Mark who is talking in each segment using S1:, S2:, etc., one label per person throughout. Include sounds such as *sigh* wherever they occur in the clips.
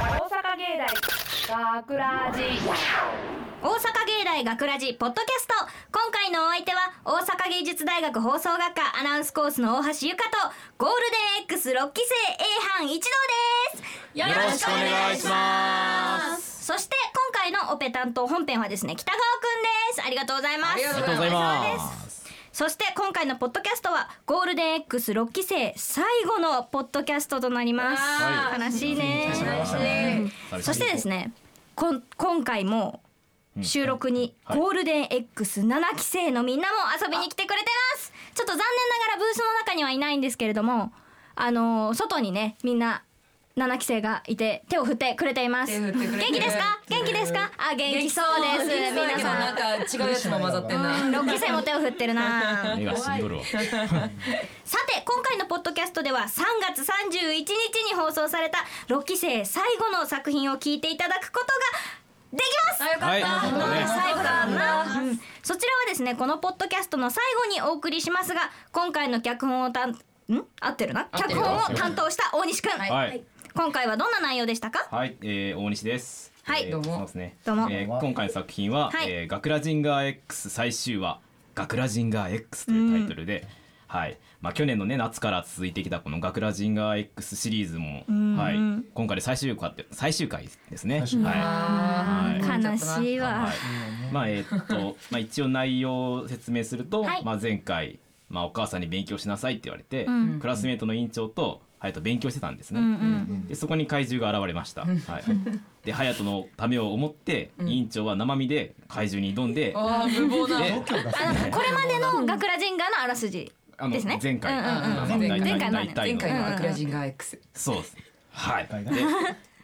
S1: 芸大学ラジ
S2: 大阪芸大学ラジポッドキャスト今回のお相手は大阪芸術大学放送学科アナウンスコースの大橋ゆかとゴールデン X6 期生 A 班一同ですよ
S3: ろしくお願いします
S2: そして今回のオペ担当本編はですね北川くんですありがとうございますありが
S3: ありがとうございます。
S2: そして今回のポッドキャストはゴールデン X6 期生最後のポッドキャストとなります
S1: わ
S2: 悲しいね
S3: 来てしまいましたね
S2: うんそしてですねこん今回も収録に
S3: はい
S2: ゴールデン X7 期生のみんなも遊びに来てくれてますちょっと残念ながらブースの中にはいないんですけれどもあのー外にねみんな7期生がいて手を振ってくれています
S1: 手振
S2: 元
S1: ってくれてる
S2: 気ですか元気ですかあ元気そうです皆さ
S1: なんんか違うやつも混ざってんな
S2: 6期生も手を振ってるな
S3: 目がしんどるわ。
S2: *laughs* さて今回のポッドキャストでは3月31日に放送された6期生最後の作品を聞いていただくことができます
S1: あよか
S3: は
S1: っ
S3: い
S1: た
S3: そうだね
S2: 最後だな、うんそちらはですねこのポッドキャストの最後にお送りしますが今回の脚本をたんん合ってるな
S1: って
S2: 脚
S1: る
S2: 本を担当した大西くん、
S3: はい。
S2: 今回はどんな内容でしたか
S3: はい、えー、大西です。
S2: はい
S3: えー
S1: どうも
S3: そうですね。
S2: どうも
S3: えー今回の作品は、
S2: はい
S3: えーガクラジンガー X 最終話、ガクラジンガー X というタイトルで、はい。まあ去年のね夏から続いてきたこのガクラジンガー X シリーズも、はい。今回で最終回って最終回ですね。は
S1: あー
S2: 悲しい
S3: い。
S2: わ
S3: はい。まあえーっと、 *laughs* まあ一応内容を説明すると、
S2: はい
S3: まあ前回、まあお母さんに勉強しなさいって言われて、
S2: ん
S3: クラスメートの委員長と隼人勉強してたんです
S2: う
S3: ね。
S2: んうん
S3: でそこに怪獣が現れました。はい。で隼人のためを思って、委員長は生身で怪獣に挑んで、
S1: あー無謀な
S3: で
S2: あのこれまでの学ラジンガーのあらすじ
S3: あの
S2: ですね
S3: 前回、
S2: うんうん
S1: うん
S3: まあまあ
S1: 前
S3: 大体
S1: 回
S2: 前回まで
S3: 大体
S1: 前
S3: の
S1: 回
S2: うん
S1: のアクラジンガー X
S3: そうです。はい。
S4: はい
S3: で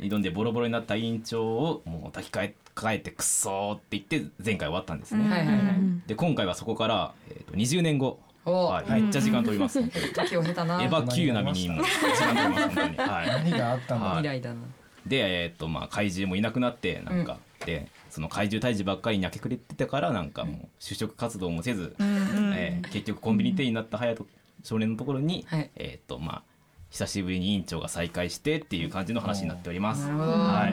S3: 挑んでボロボロになった委員長をもう抱きかえ抱えてくっそーって言って前回終わったんですね。
S1: はいはいはい
S3: で今回はそこから、えー、と20年後、
S1: お
S3: はい、めっちゃ時間飛びます。本当に
S1: 時を経たな
S3: エヴァ級並みにもう時間飛びます本当に。はい。
S4: 何があったんだ
S3: はい
S1: 未来だな
S3: で、えーっとまあ、怪獣もいなくなってなんか、でその怪獣退治ばっかりに泣けくれてたからなんかもう就職活動もせず、えー結局コンビニ店員になった隼人少年のところに、
S1: はい
S3: えーっとまあ久しぶりに委員長が再会してっていう感じの話になっております。
S1: なるほど
S3: はい、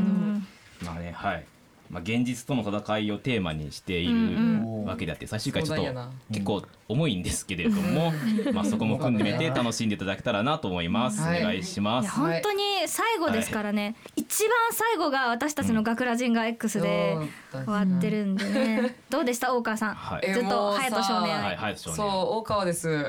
S3: まあねはいまあ、現実との戦いをテーマにしているわけであって最終回ちょっと
S1: 壮大やな
S3: 結構重いんですけれども、まあ、そこも含めて楽しんでいただけたらなと思います。お
S1: はい
S3: 願いしま
S2: いや
S3: す。
S1: はい
S2: 本当に最後ですからね、一番最後が私たちの学ラジンガー X で
S1: うん
S2: 終わってるんでねどうでした大川さん、
S3: はい
S2: ずっと
S1: もうさ
S2: 隼人少年
S3: は
S2: はいい、
S3: はい、少
S1: そう
S3: 年
S1: 大川です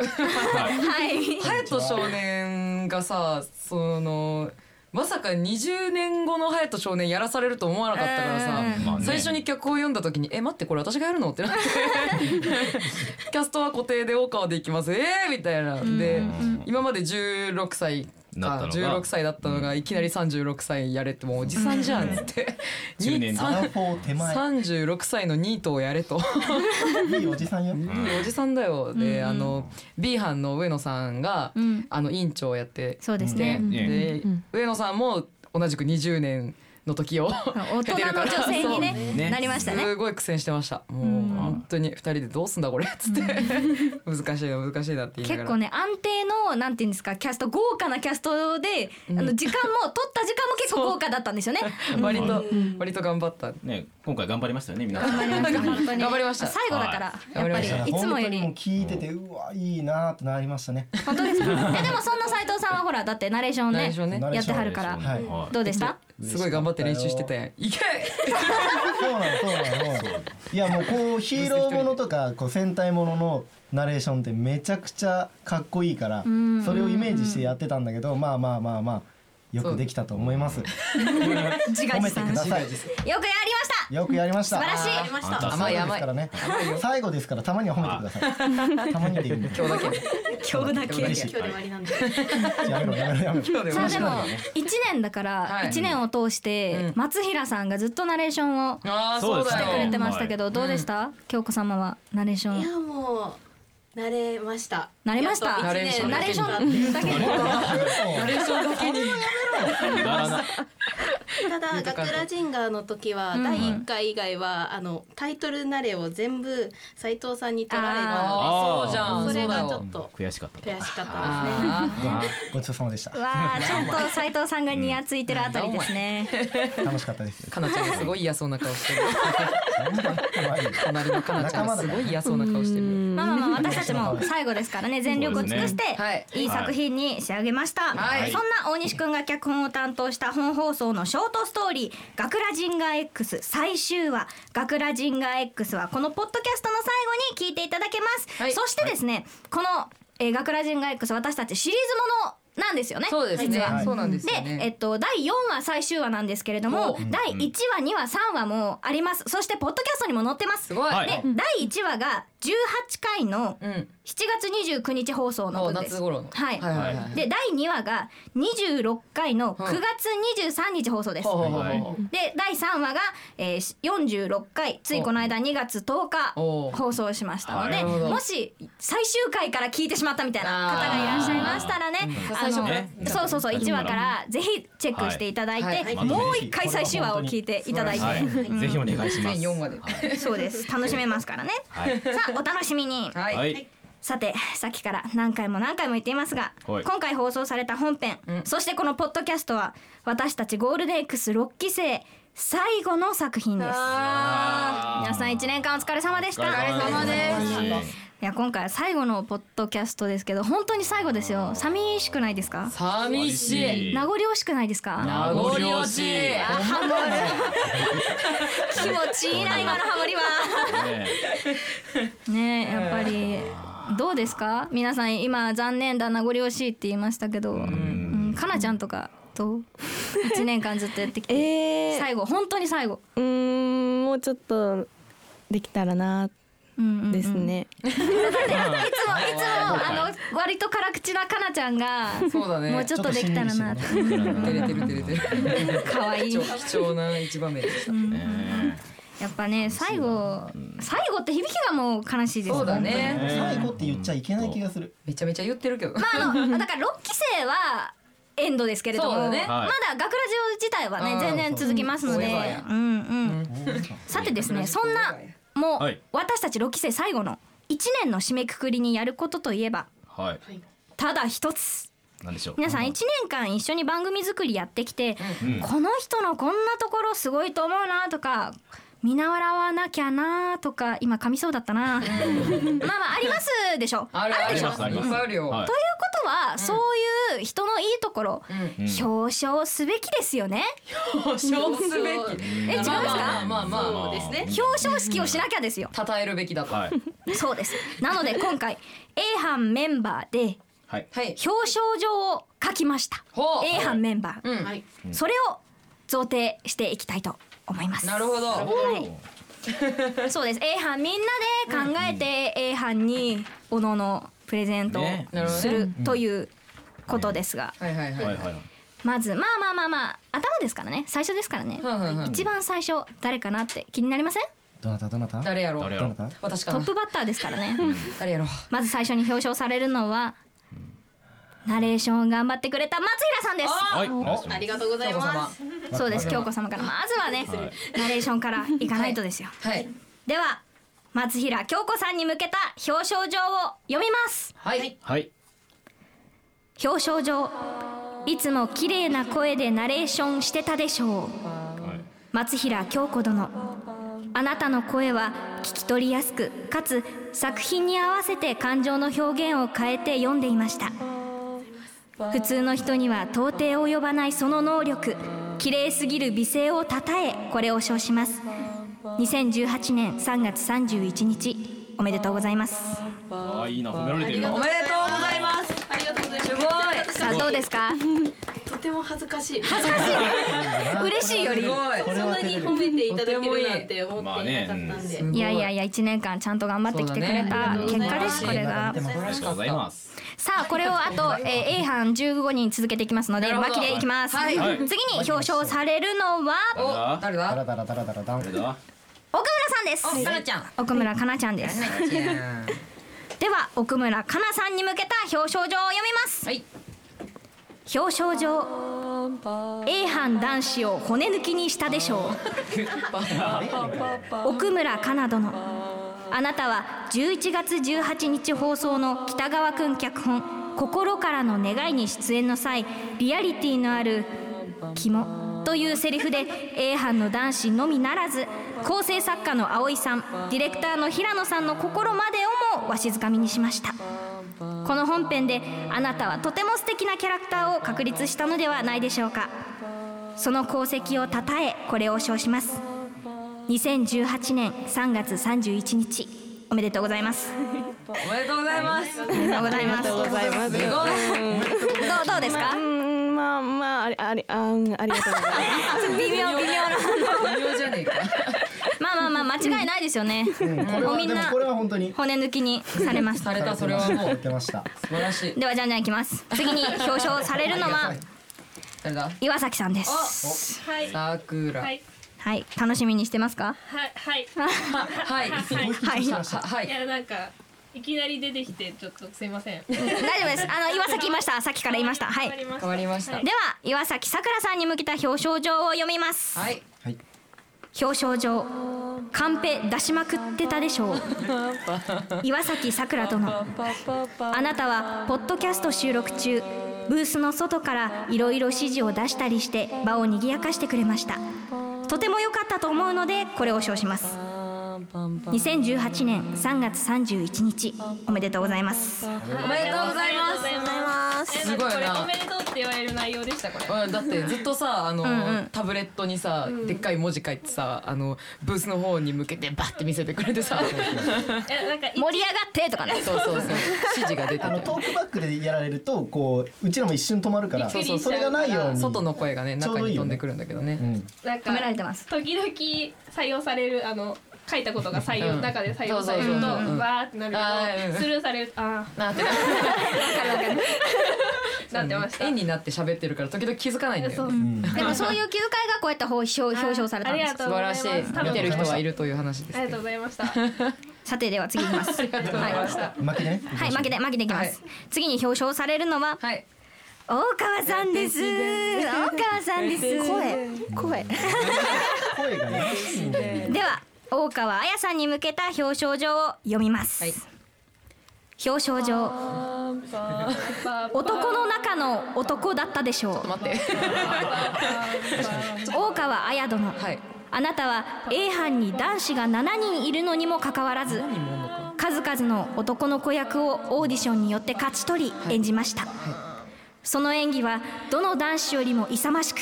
S1: 隼人少年がさそのまさか20年後の隼人少年やらされると思わなかったからさ、
S2: うん
S3: まあね
S1: 最初に脚本を読んだ時に「え待ってこれ私がやるの?」ってなってキャストは固定で大川でいきますえー、みたいなで
S3: うん
S1: 今まで16歳
S3: なった
S1: か
S3: のが
S1: 16歳だったのがいきなり36歳やれってもうおじさんじゃんっつ
S3: *laughs*
S1: って
S3: 10年
S4: アラフォー手前
S1: 36歳のニートをやれと。
S4: いいおじさんよ
S1: おじさんだよで、あの B 班の上野さんが、
S2: うん
S1: あの委員長をやって
S2: そうですね、
S1: で
S3: ね
S1: で上野さんも同じく20年の時を
S2: 大人の女性に、ね
S3: うね
S2: なりましたね
S1: すごい苦戦してましたもう、本当に2人でどうすんだこれっつって、 *laughs* 難しいな難しいなって言い
S2: 結
S1: ながら
S2: 構ね安定のなんていうんですかキャスト豪華なキャストで、あの時間も取った時間も結構豪華だったんですよね
S1: 割と、割と頑張った
S3: ね、今回頑張りましたよね、皆さん。
S2: 頑張りました本当に
S1: 頑張りました
S2: 最後だから、
S1: はい
S2: やっ
S1: 頑
S2: ぱ
S1: 張
S2: りいつもより
S4: 本当にもう聞いててうわいいなーってなりましたね
S2: 本当ですかいやでもそんな斉藤さんはほらだってナレーション
S1: ナレー
S2: ね
S1: ションね
S2: やってはるから、
S4: はい
S2: どうでした
S1: すごい頑張って練習してたやんいけ
S4: そうなのそうなのいやもうこうヒーローものとかこう戦隊もののナレーションってめちゃくちゃかっこいいからそれをイメージしてやってたんだけどまあまあまあまあよくできたと思います
S2: 自画自
S4: 褒めて
S2: 賛
S4: ください
S2: よくやりました
S4: よくやりました
S2: 素晴らしい
S5: ありました。
S3: あ
S1: 甘い
S4: 最後で
S1: 甘
S4: す
S1: い
S4: からね最後ですからたまには褒めてく
S2: *laughs*
S4: ださいたまにでいいんで
S1: 今日だけ
S2: 今日だけ
S1: 今日だ
S5: 今日で終わりなんで。
S4: *laughs* やめろやめろやめろ
S1: 今日で終
S2: さ
S1: わ
S2: あ
S1: り
S2: でも1年だか
S1: は
S2: ら
S1: い
S2: 1年を通し
S1: う
S2: て
S1: ん
S2: 松平さんがずっとナレーションを
S1: ああそ
S3: そ
S1: う
S3: う
S1: だ
S3: です
S1: よ
S3: ね
S2: くれてましたけどどうでした京子様はナレーショ
S5: い
S2: ン
S5: やもう慣れました。
S2: 慣れました
S5: やっと一年
S1: ナ
S2: ナレーション
S5: 経って
S2: だけど
S4: やめろ
S1: ナレーションだけに
S3: くだらな
S5: ただ
S1: ゆうたかん
S5: 学
S1: と
S5: ラジンガーの時は
S2: うん
S5: 第1回以外は、あのタイトル慣れを全部斉藤さんに取られた
S1: あ
S3: あー
S1: ーそうじゃん
S5: それが
S1: そうだよ
S5: ちょっと
S3: 悔しかったと
S5: 悔しかったですね。
S1: あー
S3: あ
S4: ごちそうさまでした
S2: うわあちょっと斉藤さんがニヤついてるあたりですね。
S4: 楽しかっ
S1: *laughs*
S4: たです
S1: かなちゃんがすごい嫌そうな顔してる隣のかなちゃんがすごい嫌そうな顔してる
S2: まあまあまあ私たちも最後ですからね全力を尽くして
S1: すねはい
S2: いい作品に仕上げました、
S1: はい
S2: そんな大西くんが脚本を担当した本放送のショートストーリー「学ラジンガー X」最終話「学ラジンガー X」はこのポッドキャストの最後に聞いていただけます、
S1: はい
S2: そしてですね、この、えー「学ラジンガー X」私たちシリーズものなんですよね
S1: そうです
S2: 実
S1: ね
S2: は
S4: はい
S1: そうなんです
S2: で
S1: よ、ね
S2: えっと、第4話最終話なんですけれども
S1: おう
S2: 第1話2話3話もありますそしてポッドキャストにも載ってます
S1: すごい、
S3: はい
S2: で、第1話が18回の
S1: うん
S2: 7月29日放送の
S1: お
S2: 分です。
S1: 夏頃の
S2: はい。
S1: はいはいはい
S2: で第2話が26回の9月23日放送です。
S1: ほうほうほう
S3: はい
S1: ほう
S2: で第3話が、えー、46回ついこの間2月10日
S1: お
S2: 放送しましたの
S1: は
S2: で
S1: いなるほど
S2: もし最終回から聞いてしまったみたいな方がいらっしゃいましたらね
S1: あー
S2: あ
S1: 最初
S2: の
S1: から
S2: そうそうそう1話からぜひチェックしていただいて、
S1: はい
S3: はい
S2: もう1回最終話を聞いていただいて、
S3: はい、ぜひお願いします。
S1: 全4まで
S3: はい
S2: そうです楽しめますからね。
S3: はい
S2: さあお楽しみに。
S1: はい、
S3: は
S1: はい、
S3: い
S2: さてさっきから何回も何回も言っていますが、
S3: はい
S2: 今回放送された本編、
S1: うん
S2: そしてこのポッドキャストは私たちゴールデン X6 期生最後の作品です
S1: あ
S2: 皆さん1年間お疲れ様でした
S1: お疲れ様です
S2: いや今回は最後のポッドキャストですけど本当に最後ですよ寂しくないですか
S1: 寂しい
S2: 名残惜しくないですか
S1: 名残惜しい
S2: あハモる気持ちいいな今のハモりは *laughs*
S3: ね
S2: ねえやっぱりどうですか皆さん今残念だ名残惜しいって言いましたけど、うんかなちゃんとかと一年間ずっとやってきて、
S6: えー、
S2: 最後本当に最後、
S6: うーんもうちょっとできたらな
S2: うんうんうん
S6: ですね、
S2: *laughs* いつもいつもあの割と辛口なかなちゃんが
S1: そうだね
S2: もうちょっとできたらなって
S4: ちょっとしんみりしてるね
S1: 照れてる照れて
S2: *laughs*
S1: る
S2: 可愛い
S1: 貴重貴重な一場面でした
S3: ね
S2: やっぱね最後最後って響きがもう悲しいです
S1: そうだね
S4: 最後って言っちゃいけない気がする
S1: めちゃめちゃ言ってるけど
S2: まああのだから6期生はエンドですけれど
S1: そう
S2: も、
S1: だね
S2: まだ学ラジオ自体はね
S1: うん
S2: 全然続きますので、
S1: そうや
S2: うんうん、さてですねそんなも
S3: は
S2: う
S3: い
S2: 私たち6期生最後の1年の締めくくりにやることといえば
S3: はい
S2: ただ一つ
S3: なんでしょう
S2: 皆さん1年間一緒に番組作りやってきて、
S3: うん
S2: この人のこんなところすごいと思うなとか見習わなきゃなとか今噛みそうだったなまあまあありますでしょ
S1: ある
S2: ある
S1: あ
S2: で
S1: り
S2: しょ
S1: ますありますいっぱいあるよ、
S3: はい
S2: ということは、そういう人のいいところ、
S1: うん
S3: うん
S2: 表彰すべきですよね
S1: 保証すべき
S2: え違いますか
S1: まあまあまあ、ま
S5: そうですね。
S2: 表彰式をしなきゃですよ
S1: あ、称えるべきだと
S3: はい
S2: そうですなので今回 A 班メンバーで
S3: はい
S1: はい
S2: 表彰状を書きました
S1: ほう
S2: A 班メンバー、
S1: うん、
S5: はい。
S2: それを贈呈していきたいと思います
S1: なるほど
S2: はい、そうです A 班みんなで考えて A 班におののプレゼントを
S3: ね
S1: なるほどね
S2: するということですが、
S1: はいはいはい
S3: は
S1: はいい
S3: はい
S2: まずまあまあまあまあ頭ですからね最初ですからね、
S1: はいはい
S2: 一番最初誰かなって気になりません
S4: どなたどなた
S1: 誰やろう
S3: 誰や
S4: ど
S3: ろ
S4: な
S3: う
S4: た
S1: 私
S2: ト
S1: かな
S2: ップバッターですからね
S1: 誰やろう
S2: まず最初に表彰されるのはナレーションを頑張ってくれた松平さんです
S3: はい
S5: ありがとうござい
S1: 京子
S5: ま
S1: 様
S5: す。
S2: そうです京子様からまずはね、ナレーションからいかないとですよ、
S1: はい
S2: では松平京子さんに向けた表彰状を読みます
S1: はい
S3: はい
S2: 表彰状いつも綺麗な声でナレーションしてたでしょう松平京子殿あなたの声は聞き取りやすくかつ作品に合わせて感情の表現を変えて読んでいました普通の人には到底及ばないその能力綺麗すぎる美声をたたえこれを称します2018年3月31日おめでとうございます
S3: あーいいな褒められてるな
S1: おめでとうございます
S5: ありがとうございます。す
S2: さあどうですか
S5: とても恥ずかしい。
S2: 嬉しいより
S1: すごい
S4: こ
S5: そん
S4: れは
S5: な
S4: 照れ
S5: に
S4: る
S5: 褒めていただけるなんて思っていなかったんで。
S2: いやいやいや1年間ちゃんと頑張ってきてくれた
S1: そうだ
S2: 結
S1: ね
S2: 果です、
S1: うん
S2: これが
S4: でも
S3: ありがとうございます
S2: さあこれをあと、えー、A 班15人続けていきますので
S1: なるほど
S2: 巻きでいきます、
S1: はい
S3: はい
S2: 次に表彰されるの
S1: お
S2: は
S3: あ
S1: 誰
S4: ダ
S1: だ
S4: ラダラダラダラダン
S3: 誰だ
S2: 奥村さんです
S1: かなちゃん
S2: 奥村かなちゃんですでは奥村かなさんに向けた表彰状を読みます
S1: はい
S2: 表彰状
S1: パンパン
S2: A 班男子を骨抜きにしたでしょ
S1: パンパンパンパン
S2: う奥村かな殿あなたは11月18日放送の北川くん脚本「心からの願い」に出演の際リアリティのある「肝」というセリフで A 班の男子のみならず構成作家の葵さんディレクターの平野さんの心までをもわしづかみにしましたこの本編であなたはとても素敵なキャラクターを確立したのではないでしょうかその功績をたたえこれを称します2018年3月31日おめでとうございます
S1: おめでとうございます
S2: おめでとうございますどう
S1: すごい
S2: どうですか
S6: うんまあまあありありあうんありがとうございます。
S2: 微妙微妙な
S1: 微妙じゃねえか
S2: まあまあまあ間違いないですよね、
S4: うんこれ
S2: もう
S4: は
S2: みん
S4: でも
S2: な
S4: これは本当に
S2: 骨抜きにされまし
S1: さ
S2: た
S1: れたそれはも
S4: 言っ
S1: う
S4: てました。
S1: 素晴らしい
S2: ではじゃんじゃんいきます次に表彰されるのは
S1: 誰だ
S2: 岩崎さんです
S5: はい
S1: さくら
S5: は
S1: はい
S5: い
S2: はい楽しみにしてますか
S7: はい、
S1: はい
S4: はい
S1: ははい
S7: いやなんかいきなり出てきてちょっとすいません。
S2: 大丈夫ですあの岩崎いましたさっきからいましたはい
S7: 変わり
S2: で
S7: ました
S1: 変わりました
S2: は岩崎さくらさんに向けた表彰状を読みます
S1: はい
S4: はい。
S2: 表彰状カンペ出しまくってたでしょう岩崎さくら殿あなたはポッドキャスト収録中ブースの外からいろいろ指示を出したりして場を賑やかしてくれましたとても良かったと思うのでこれを称します2018年3月31日おめでとうございます
S1: おめでとうございます
S7: え
S1: すごい
S7: んかこ
S1: な
S7: れおめでとうって言われる内容でしたこれ。
S1: うんだってずっとさあの、
S2: んうん
S1: タブレットにさでっかい文字書いてさあのブースの方に向けてバッて見せてくれてさ
S7: えなんかい
S2: 盛り上がってとかね
S1: そうそうそう指示が出て
S4: あの
S1: た
S4: トークバックでやられるとこううちらも一瞬止まるから、
S1: そうそう
S4: それがないように。
S1: 外の声がね
S4: ちょう
S1: 中
S4: どい
S1: に
S4: いよ
S1: 飛ん
S4: ね
S1: でくるんだけどね
S4: うん。
S7: なん
S2: 褒められ
S7: か
S2: てます
S7: 時々採用されるあの書いたことが採用、
S1: うん
S7: 中で採用されると
S1: そう
S7: わ
S1: そうそううん
S7: ーってなるけ
S1: あーうん
S7: どスルーされるとあ
S1: なって *laughs*
S7: ーなってました。
S1: 絵になって喋ってるから時々気づかないんだ
S7: そ
S1: よ
S7: う
S1: ね
S2: でもそういう9回がこうやって表表彰されたんです
S7: あ
S1: 素晴らしい
S7: ありがとうございます
S1: 見てる人はいるという話で
S7: あり
S1: すね
S7: がとうございました。あり
S2: さてでは次いきます
S1: ありがとうございました
S4: 負けね。
S2: はい、負けて負けていきます、
S1: はい
S2: 次に表彰されるのは
S1: はい
S2: 大川さんです
S1: 嬉しいです
S2: 大川さ
S1: *laughs*
S2: んです
S6: 声声。
S4: 声がね。
S2: *laughs* では大川彩さんに向けた表彰状を読みます、
S1: はい
S2: 表彰状男の中の男だったでしょう
S1: 待
S2: *laughs*
S1: って
S2: 大川彩殿、
S1: はい
S2: あなたは A 班に男子が7人いるのにもかかわらず
S1: 何もんのか
S2: 数々の男の子役をオーディションによって勝ち取り演じました、その演技はどの男子よりも勇ましく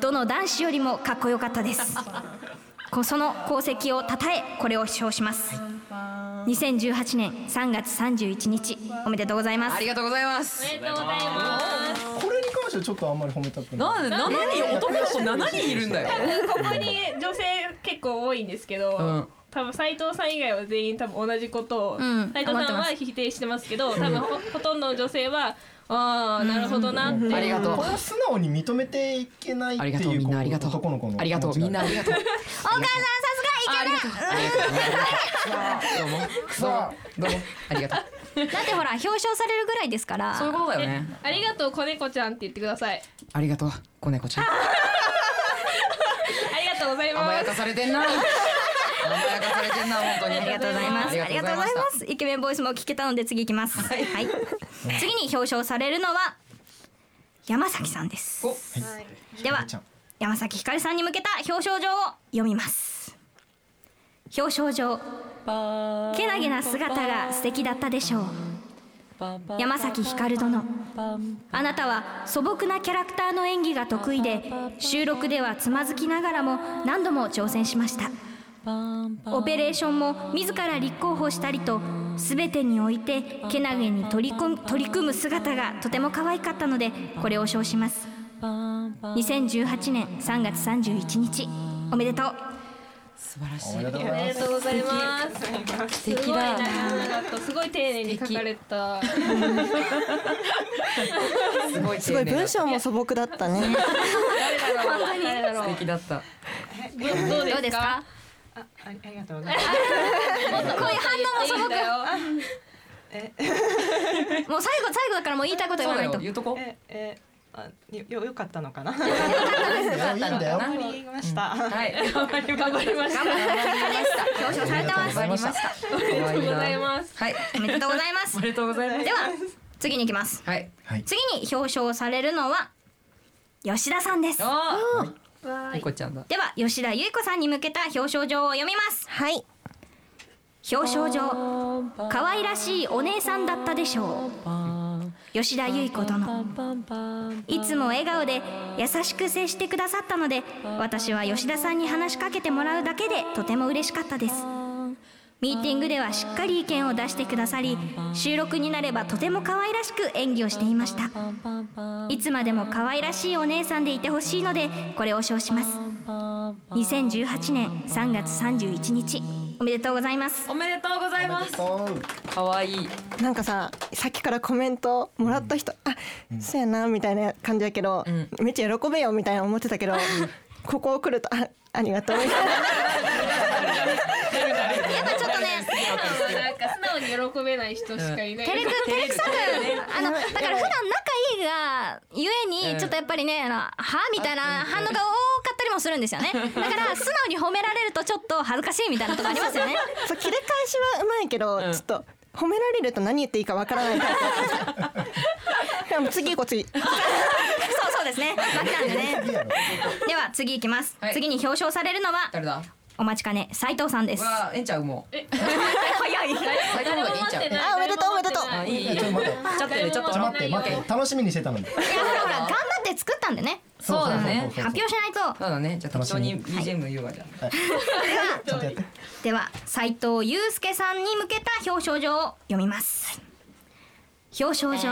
S2: どの男子よりもかっこよかったです *laughs* こその功績をたたえこれを称します2018年3月31日おめでとうございます
S1: ありがとうございます
S7: がとうございます。
S4: これに関してはちょっとあんまり褒めたくない。
S1: なんで7人男の子7人いるんだよ
S7: ここに女性結構多いんですけど、
S1: うん
S7: 多分斉藤さん以外は全員多分同じことを、
S2: ん
S7: 斉藤さんは否定してますけど多分ほほとんどの女性はああなるほどなって、
S1: ありがとう
S4: これを素直に認めていけないっ
S1: あ
S4: て
S1: りがとう
S4: いう
S1: みん
S4: こ
S1: なありがとう
S4: 男の子の
S1: ありがとう
S4: 気持ち
S1: みんなありがとう
S2: 大川さんさすがイケメン
S1: どうもどうもどうもありがとう
S2: だってほら表彰されるぐらいですから
S1: そういうことだよね
S7: ありがとう子猫ちゃんって言ってください
S1: ありがとう子猫ちゃん
S7: ありがとうござい
S1: 甘
S7: ま
S1: や
S7: す
S1: かされてんな甘やかされてんな本当に
S2: ありがとうございます。ありがとうございます。イケメンボイスも聞けたので次行きます。はい。 *laughs* 次に表彰されるのは山崎さんです。では
S4: ちゃん
S2: 山崎ひかりさんに向けた表彰状を読みます。表彰状。けなげな姿が素敵だったでしょう。山崎ひかる殿あなたは素朴なキャラクターの演技が得意で収録ではつまずきながらも何度も挑戦しましたオペレーションも自ら立候補したりと全てにおいてけなげに取り込む取り組む姿がとても可愛かったのでこれを称します2018年3月31日おめでとう
S1: 素晴らし
S4: おめでとうご
S7: あ
S4: ざい
S7: り
S4: ます
S7: がとうございます。すごい長々とすごい丁寧に書かれた。
S1: いすごい
S6: すごい文
S1: 素
S6: 章も素朴だったね。
S7: 誰だろう。誰だろう。
S1: 敵だった
S7: どう
S2: どうで
S7: ですすか
S2: か。
S8: あありがとうございます。
S7: こういう反応も素朴。
S2: もう最後最後だからもう言いたいこと言
S1: そ
S2: わな
S1: うだ
S2: い
S1: よ
S2: と
S1: 言うとこ
S8: ええあよよよかったのか
S9: *laughs*
S8: な。
S4: いやいいんだよ。
S8: 頑張りました。
S1: はい、頑張りました。
S2: 頑張りました。表彰されてます。
S1: 頑張りました。おめで
S7: ありがとうございます。
S1: はい、
S2: おめでとうございます
S1: お。めでとうございます
S2: で。は次に行きます。
S1: はい。
S4: はい。
S2: 次に表彰されるのは吉田さんです。
S1: あ
S5: わ
S1: あ、
S5: ーい
S1: こちゃんだ。
S2: では吉田優子さんに向けた表彰状を読みます。
S6: はい
S2: 表彰状。可愛らしいお姉さんだったでしょう。吉田優子殿。いつも笑顔で優しく接してくださったので私は吉田さんに話しかけてもらうだけでとても嬉しかったですミーティングではしっかり意見を出してくださり収録になればとても可愛らしく演技をしていましたいつまでも可愛らしいお姉さんでいてほしいのでこれを称します2018年3月31日おめでとうございます
S1: おめでとうございます。可愛いい。
S9: なんかささっきからコメントもらった人、あ、そうやなみたいな感じやけど、
S1: ん
S9: めっちゃ喜べよみたいな思ってたけど、ここ来るとあありがとうみた
S8: *laughs*
S9: いな
S2: やっぱちょっとね
S7: 今はなんか素直に喜べない人しかいない。
S2: 照れく照れくさくあのだから普段仲いいがゆえ
S1: うん
S2: にちょっとやっぱりねあのはみたいな反応が多かったりもするんですよ
S1: *laughs*
S2: ねだから素直に褒められるとちょっと恥ずかしいみたいなとこあります
S1: *laughs*
S2: よね
S9: そう切り返しはうまいけど、
S1: ん
S9: ちょっと褒められると何言っていいかわからないタイ
S8: *laughs*
S9: プでも次行こう次
S2: そうそうですね負けたんでね
S4: いいやろ
S2: では次いきます、
S1: はい
S2: 次に表彰されるのは
S1: 誰だ。
S2: お待ちかね斉藤さんです
S1: うわあ、えんちゃんもう。
S2: 早い
S1: 誰も待ってない
S9: あおめでとうおめでとう
S1: あ、いい。
S4: い
S1: いい
S4: やちょっと待って。
S1: ちょっとね、ちょっと
S4: ちょ待って待って。楽しみにしてたのに。
S2: やほらほら頑張って作ったんでね
S1: そうだね
S4: そう
S2: 発表しないと
S1: そうだね、じゃあ適
S4: 楽し
S1: 当
S4: み
S1: に BGM 言うわじゃあ。
S4: ちょっとやって。
S2: では斉藤祐介さんに向けた表彰状を読みます、表彰状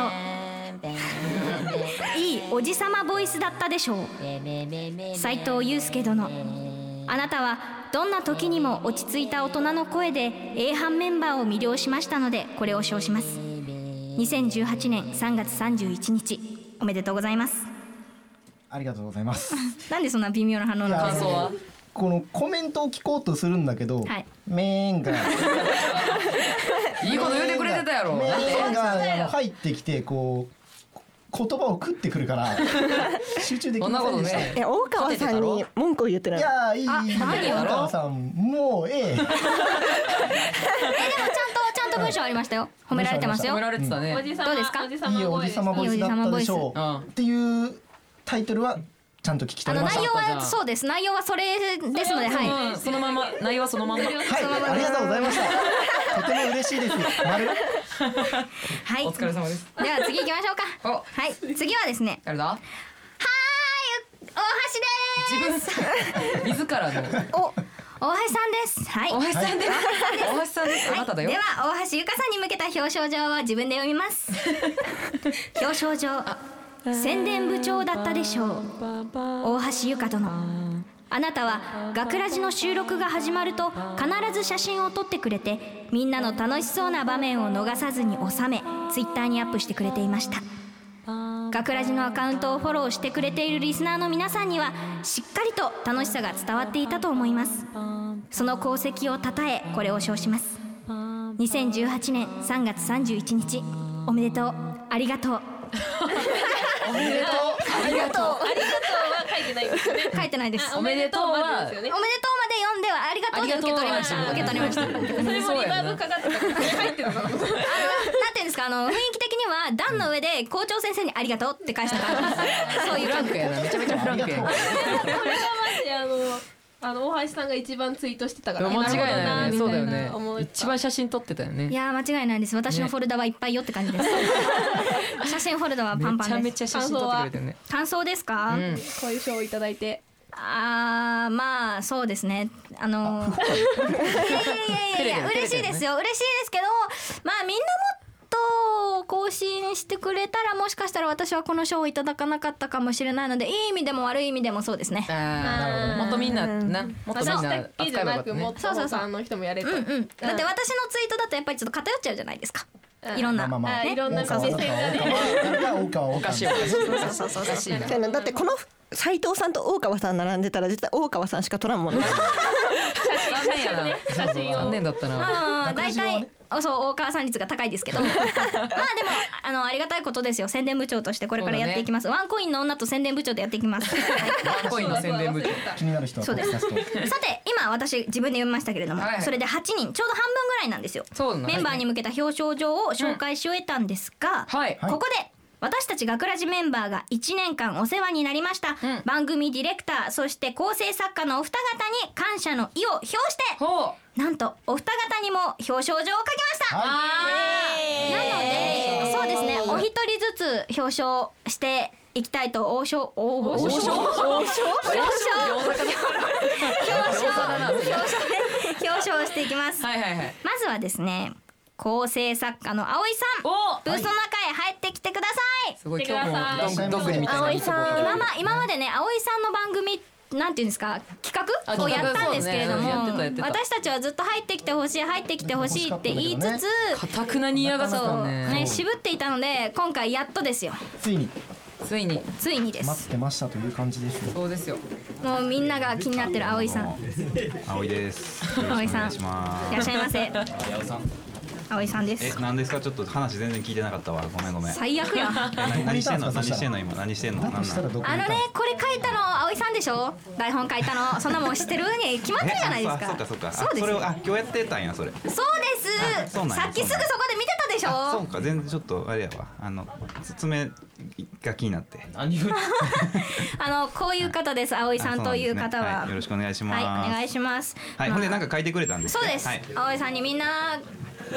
S2: いいおじさまボイスだったでしょう斉藤祐介殿あなたはどんな時にも落ち着いた大人の声で A 班メンバーを魅了しましたのでこれを称します2018年3月31日おめでとうございます
S4: ありがとうございます。
S2: なんでそんな微妙な反応なの
S1: 感想は。
S4: このコメントを聞こうとするんだけど、
S2: はい
S4: メーンが
S1: いいこと言ってくれてたやろ。
S4: メ
S1: なんで
S4: ーンがあの入ってきてこうこ言葉を食ってく
S1: *laughs*
S4: るから集中でき
S1: そん
S4: ま
S1: な
S4: せ
S1: こ
S4: ん
S1: と
S4: でした。
S1: ね
S9: い。や大川さんに文句を言ってないい
S4: やーいいいい
S1: よ
S4: お母さんもうええ
S2: えでもちゃんとちゃんと文章ありましたよ褒められてますよ
S1: 褒められてたね。
S7: おじさま
S2: どうですか
S7: おじさ
S4: い
S7: ま
S4: いおじさま
S7: 声
S4: ボイスだったでしょ
S1: うん
S4: うっていうタイトルはちゃんと聞き
S2: あ
S4: 取
S2: の
S4: れました
S2: 内容
S1: じゃ
S2: は
S1: あ
S2: そうです内容はそれですのではい
S1: うんそのまま内容はそのまんま。
S4: はいありがとうございましたとても嬉しいです丸
S2: はい
S1: お疲れ様です。
S2: では次行きましょう
S1: *laughs* お
S2: かはい次はですね
S1: 誰だ。
S2: 大橋で
S1: 自分自らの
S2: すお大橋さんですはい
S1: 大橋さんです。大橋さんです。あなただよ
S2: で。は大橋ゆかさんに向けた表彰状を自分で読みます
S1: *laughs*
S2: 表彰状宣伝部長だったでしょう大橋ゆか殿あなたは学ラジの収録が始まると必ず写真を撮ってくれてみんなの楽しそうな場面を逃さずに収めツイッターにアップしてくれていました学ラジのアカウントをフォローしてくれているリスナーの皆さんにはしっかりと楽しさが伝わっていたと思いますその功績をたたえこれを称します2018年3月31日おめでとうありがとう
S1: ありがとう。
S7: ありがとうは書いてないですね。
S2: 書いてないです
S7: あ
S2: お
S7: お
S2: めで
S7: めでとうはですよね
S2: とう。まで読んではありがとうで受け取りました受け取りましたあのなんて
S7: それもリバーブかかってたからこれ入ってるのかな。
S2: いうんですかあの雰囲気的には段の上で校長先生にありがとうって返した感じですそういう
S1: フランクやな。めちゃめちゃフランクやな。
S7: これがマジであのあの大橋さんが一番ツイートしてたから
S1: 間違いないよね。そうだよね
S7: 思。った
S1: 一番写真撮ってたよね。
S2: いやー間違いないです私のフォルダはいっぱいよって感じです、写真フォルダはパン
S1: めち
S2: パ
S1: ゃ
S2: ン
S1: め
S2: です
S1: ちゃ写真撮ってくれてるね。
S2: 感想ですか、
S1: うん。
S7: こういう賞をいただいて
S2: あーまあそうですねあ *laughs* のーいやいやいやいや
S1: 照れ
S2: 嬉
S1: て
S2: し
S1: る
S2: い
S1: 照れてるね
S2: ですよ嬉しいですけどまあみんなもっと更新してくれたらもしかしたら私はこの賞をいただかなかったかもしれないのでいい意味でも悪い意味でもそうですね
S1: ああ、もっとみんな、な、もっとみんな
S7: 私だ
S1: 扱
S7: け
S1: え
S7: じゃ
S1: ば
S7: な
S1: よかった
S7: くもっ
S1: ね。
S7: と他の人もやれと
S2: うんうんだって私のツイートだとやっぱりちょっと偏っちゃうじゃないですかいろんな
S4: まあまあまあ
S7: あいろんな
S4: 大川
S7: 目
S4: 大
S7: 線がね
S4: 川大川大川大川
S1: おかしい、おかしい。
S2: そうそうそうそう
S1: おかしいな
S9: みたいなだってこの斉藤さんと大川さん並んでたら絶対大川さんしか撮らんもんね。
S1: 残念やな
S7: 写真を
S1: 残念だったな
S2: あー大体あそう大川さん率が高いですけどまあでもあのありがたいことですよ宣伝部長としてこれからやっていきます、ワンコインの女と宣伝部長でやっていきますはい
S1: ワンコインの宣伝部長
S4: 気になる人は
S2: そうです
S4: ポッ
S1: *laughs*
S4: ドキャスト
S2: さて今私自分で読みましたけれども、
S1: はい
S2: それで8人ちょうど半分ぐらいなんですよ
S1: そうなんです
S2: メンバーに向けた表彰状を紹介し終えたんですが、
S1: はい
S2: ここで私たち学ラジメンバーが1年間お世話になりました、
S1: うん
S2: 番組ディレクターそして構成作家のお二方に感謝の意を表して
S1: ほう
S2: なんとお二方にも表彰状を書きました、
S4: はい
S2: なので、
S1: えー
S2: そうですね、お一人ずつ表彰していきたいと王将王王
S1: 王将
S2: 表彰
S1: 王将
S2: 表彰
S1: 餃
S2: 表
S1: 子か餃子だ
S2: 彰
S1: な
S2: 表彰表彰していきます。
S1: なはいはいはい
S2: まずはですね、構成作家の葵さん、
S1: お
S2: ブースの中へ入ってきてください。
S1: すごい今日もどんどんぐりみたいな
S6: 葵さん
S2: 今ま今までね、葵さんの番組なんていうんですか企
S1: あ
S2: 画をやったんですけれども、
S1: 企画そうねやってたやってた
S2: 私たちはずっと入ってきてほしい入ってきてほしいって言いつつ、
S1: かたくなに嫌がって
S2: そ
S1: た
S2: うね
S1: ね
S2: 渋っていたので今回やっとですよ
S4: ついに
S1: ついに
S2: ついにで
S4: 待っ
S2: す
S4: てましたという感じですよ
S1: そうですよ
S2: もうみんなが気になってる葵さんい
S10: 葵です。よろしくお願いしま
S2: らっし
S10: す。
S2: ゃいませ葵さんで
S10: え
S2: す、
S10: 何ですか、ちょっと話全然聞いてなかったわ、ごめんごめん。
S2: 最悪やんあ
S10: 何何してんの、何してんの、今、何してんの、
S4: だと
S10: 何
S4: し
S10: な
S4: たら
S10: の。
S4: どこ
S2: のねこれ書いたの葵さんでしょ台本書いたのそんなもん知ってるに決まってるじゃないですか
S10: えあそうか、そうか、
S2: そ
S10: そううか。あ
S2: です
S10: それ
S2: よ
S10: を、あ、今日やってたんや、それ。
S2: そうで
S10: あ
S2: す
S10: そうなんや
S2: さっきすぐそこで見てたでし
S10: あそう
S2: ょ
S10: か、全然ちょっと、あれやわ、あの、説明が気になって。
S3: 何を言って
S2: あのこういう方です葵さんという方
S10: あそうなんですね
S2: は
S10: はいよろしくお願いします。
S2: はいお願いします
S10: はい、
S2: ま
S10: ほ
S2: あ
S10: んで、なんか書いてくれたんです
S2: そ
S10: ね。
S2: うです、
S10: はい
S2: 葵さんにみんな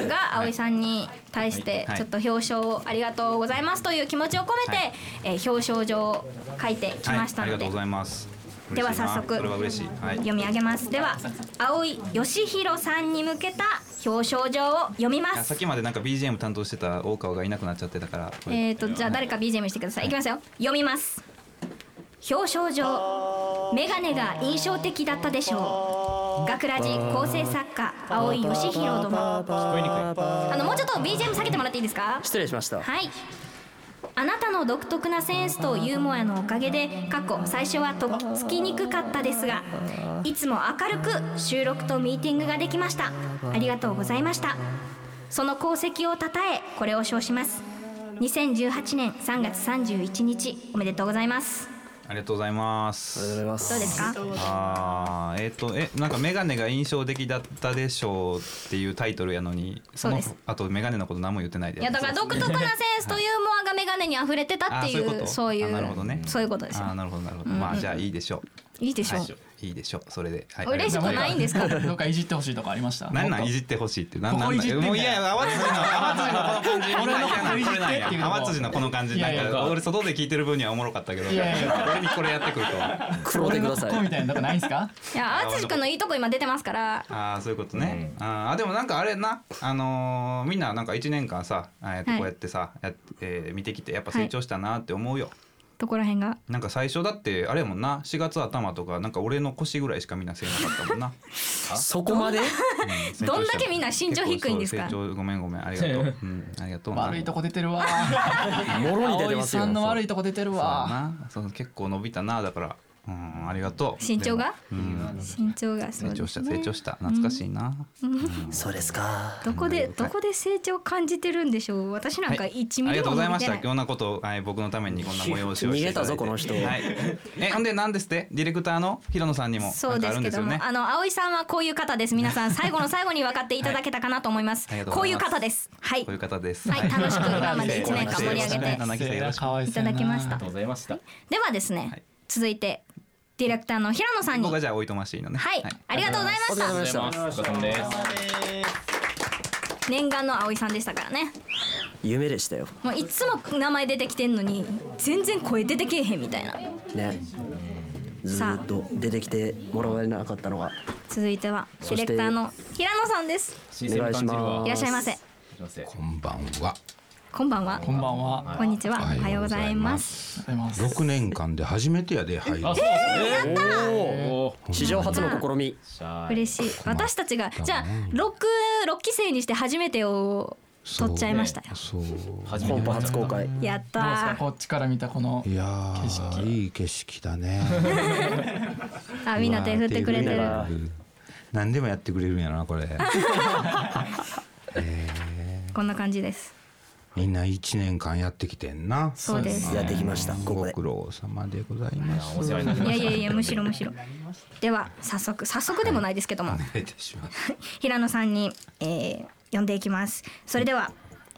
S2: が葵さんに対して
S10: はい
S2: ちょっと表彰をありがとうございますという気持ちを込めて、
S10: はい
S2: えー表彰状を書いてきました
S10: はい、
S2: ので、
S10: ありがとうございます。
S2: では
S10: 嬉しいな
S2: 早速
S10: それは嬉しい。はい。
S2: 読み上げますで
S10: *laughs*
S2: は葵義弘さんに向けた表彰状を読みま
S10: あ
S2: す
S10: さっきまでなんか BGM 担当してた大川がいなくなっちゃってたから。これ
S2: えー、とじゃあ誰か BGM してください。いきますよ。読みます。表彰状。メガネが印象的だったでしょう。学ラジ構成作家青井義弘殿。あのもうちょっと BGM 下げてもらっていいですか。
S11: 失礼しました。
S2: はい。あなたの独特なセンスとユーモアのおかげで過去最初はとっつきにくかったですがいつも明るく収録とミーティングができましたありがとうございましたその功績をたたえこれを称します2018年3月31日おめでとうございます
S10: ありがとうございま
S11: ありがとうご
S10: す
S11: ざい。ま
S2: どう
S11: す。
S2: ですか
S10: あーえっ、とえなんかメガネが印象的だったでしょうっていうタイトルやのに
S2: そうです
S10: あとメガネのこと何も言ってないで
S2: いやだから独特なセンスとユーモアがメガネに溢れてたってい
S10: あーそういうこ
S2: う
S10: と
S2: そうい
S10: あなるほどね
S2: うそういうことですよ
S10: あーなるほどなるほど、まあじゃあいいでしょ
S2: いいで
S10: う
S2: しょ
S10: は
S2: う
S10: い、いいでしょうそれで、はい、
S2: 嬉しくないんですか
S11: どっかいじってほしいとこありました
S10: なんなんいじってほしいってなん
S11: こ
S10: な
S11: こ
S10: ん
S11: い
S10: な
S11: じ
S10: ん
S11: ってみたいな
S10: もういやいや淡辻の淡辻のこの感じ俺の
S11: ここいじってっていうの
S10: 淡辻のこの感じ
S11: いや
S10: ないん
S11: や
S10: か俺外で聞いてる分にはおもろかったけど
S11: いやいや
S10: 俺にこれやってくるとは
S11: 黒でください。みたいなとこないんすか？
S2: いや淳君のいいとこ今出てますから
S10: ああそういうことね、あーでもなんかあれなあのーみんななんか1年間さあーやって
S2: はい
S10: こうやってさ、やっえー見てきてやっぱ成長したなって思うよ、
S2: どこら辺が
S10: なんか最初だってあれやもんな4月頭とかなんか俺の腰ぐらいしかみんなせえなかったも
S2: *laughs*
S10: んな、
S11: そこまで？
S10: う
S2: どんだけみんな身長低いんですか
S10: 結構そう成長ごめんごめんありがとう、うん、ありがとうな
S11: 悪いとこ出てるわ。もろに出て葵ますよ。さんの悪いとこ出てる
S10: そうや
S11: わ。
S10: なそう結構伸びたなだからうんありがとう
S2: 身長が
S10: でもうん
S2: 身長がそう
S10: 成
S2: で
S10: 長
S2: す
S10: した成長した懐かしいな、
S11: そうですか。
S2: どこでどこで成長感じてるんでしょう。私なんか
S10: はい
S2: 一ミ
S10: あり
S2: リ
S10: がとう
S2: も
S10: ござ
S2: 伸び
S10: いまして
S2: な
S10: た
S2: い。
S10: こんなことを、はい、僕のためにこんな催しをしていただ
S11: 逃
S10: いて
S11: げたぞこの人
S10: はい、えほんで何ですってディレクターの平野さんにも
S2: そ
S10: な
S2: うん
S10: か
S2: で
S10: あ
S2: す
S10: るん
S2: け
S10: です
S2: ど
S10: よ
S2: も、
S10: ね
S2: あの葵さんはこういう方です。皆さん最後の最後に分かっていただけたかなと思います。
S10: はい *laughs* ありがとう
S2: こう
S10: ござ
S2: い
S10: いうます
S2: 方です。はい
S10: こういう方です
S2: はい楽しく今まで
S10: *laughs* 一
S2: 一年間盛り上げて
S10: 柳瀬よろしく
S11: かわい
S2: いただきました
S3: ありがとう。ございました
S2: ではですね、
S10: はい
S2: 続いてディレクターの平野さんに。
S10: 僕
S2: は、
S10: はいじゃあおいとましいのね
S2: ありがとうございま
S11: お
S2: した。
S11: 疲れ様で
S3: お
S11: した。
S3: 疲れ様です
S2: 念願の葵さんでしたからね。
S11: 夢でしたよ。
S2: もういつも名前出てきてんのに全然声出てけえへんみたいな。
S11: ね。ず
S2: さあ
S11: ーっと出てきてもらえなかったのが
S2: 続いてはデ
S11: そ
S2: ィ
S11: して
S2: レクターの平野さんです。
S3: 新鮮に感じるわ
S11: お願
S2: いらっしゃいませ。
S3: すいません
S10: こんばんは
S2: こんばんは。
S11: こんばんは。
S2: こんにちは。おはようございます。
S11: ありがとうございます。
S10: 6年間で初めてやで入る
S3: あそうですねおー
S11: 史上初の試み。
S3: しゃーい
S2: 嬉しい。私たちがじゃあ六六期生にして初めてを撮っちゃいましたよ。
S12: そう
S2: 初めて
S12: 本邦初公開
S2: やった
S13: どうですか
S2: ー
S13: こっちから見たこの
S12: いやーいい景色だね
S2: *laughs* あみんな手振ってくれてる
S12: うわー手振ってくれる何でもやってくれるんやなこ
S2: *laughs*
S12: れ
S2: こんな感じです。
S12: みんな一年間やってきてんな
S2: そうです
S12: やってきましたご苦労様でございます
S3: お世話になり
S2: いやいやいやむしろむしろ。では早速早速でもないですけども、
S12: お願いいたします
S2: 平野さんに、えー、呼んでいきます。それでは、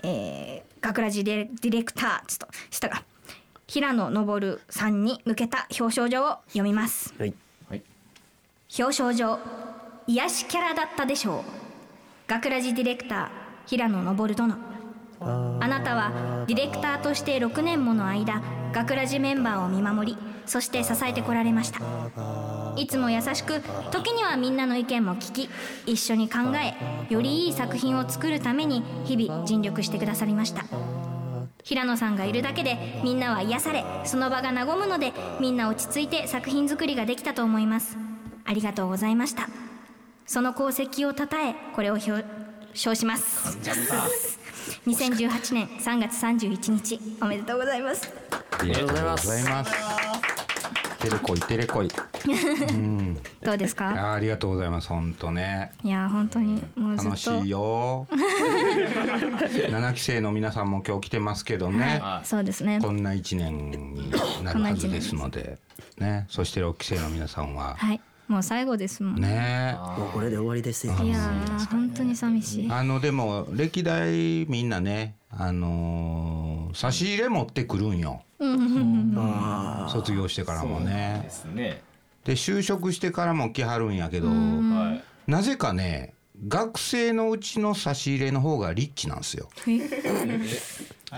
S2: えー、学ラジディレディレクターちょっとしたが平野昇さんに向けた表彰状を読みます。
S12: はい
S2: 表彰状癒しキャラだったでしょう。学ラジディレクター平野昇殿。あなたはディレクターとして6年もの間学ラジメンバーを見守りそして支えてこられましたいつも優しく時にはみんなの意見も聞き一緒に考えよりいい作品を作るために日々尽力してくださりました平野さんがいるだけでみんなは癒されその場が和むのでみんな落ち着いて作品作りができたと思いますありがとうございましたその功績をたたえこれを表彰します2018年3月31日おめでとうございます
S12: ありがとうございますテレコイテレコイうん
S2: どうです
S12: あ
S2: か
S12: ーありがとうございます本当ね
S2: いや本当にもうずっと
S12: 楽しいよ七期生の皆さんも今日来てますけどね、
S2: はいそうですね
S12: こんな一年になるはずですのでねそして六期生の皆さんは
S2: はいもう最後ですもん
S12: ねもうこれで終わりですよ
S2: いやー本当に寂しい
S12: あのでも歴代みんなねあのー差し入れ持ってくるんよ
S2: うん
S12: 卒業してからもね
S3: ですね
S12: で就職してからも来はるんやけど、
S2: うん
S12: なぜかね学生のうちの差し入れの方がリッチなんですよ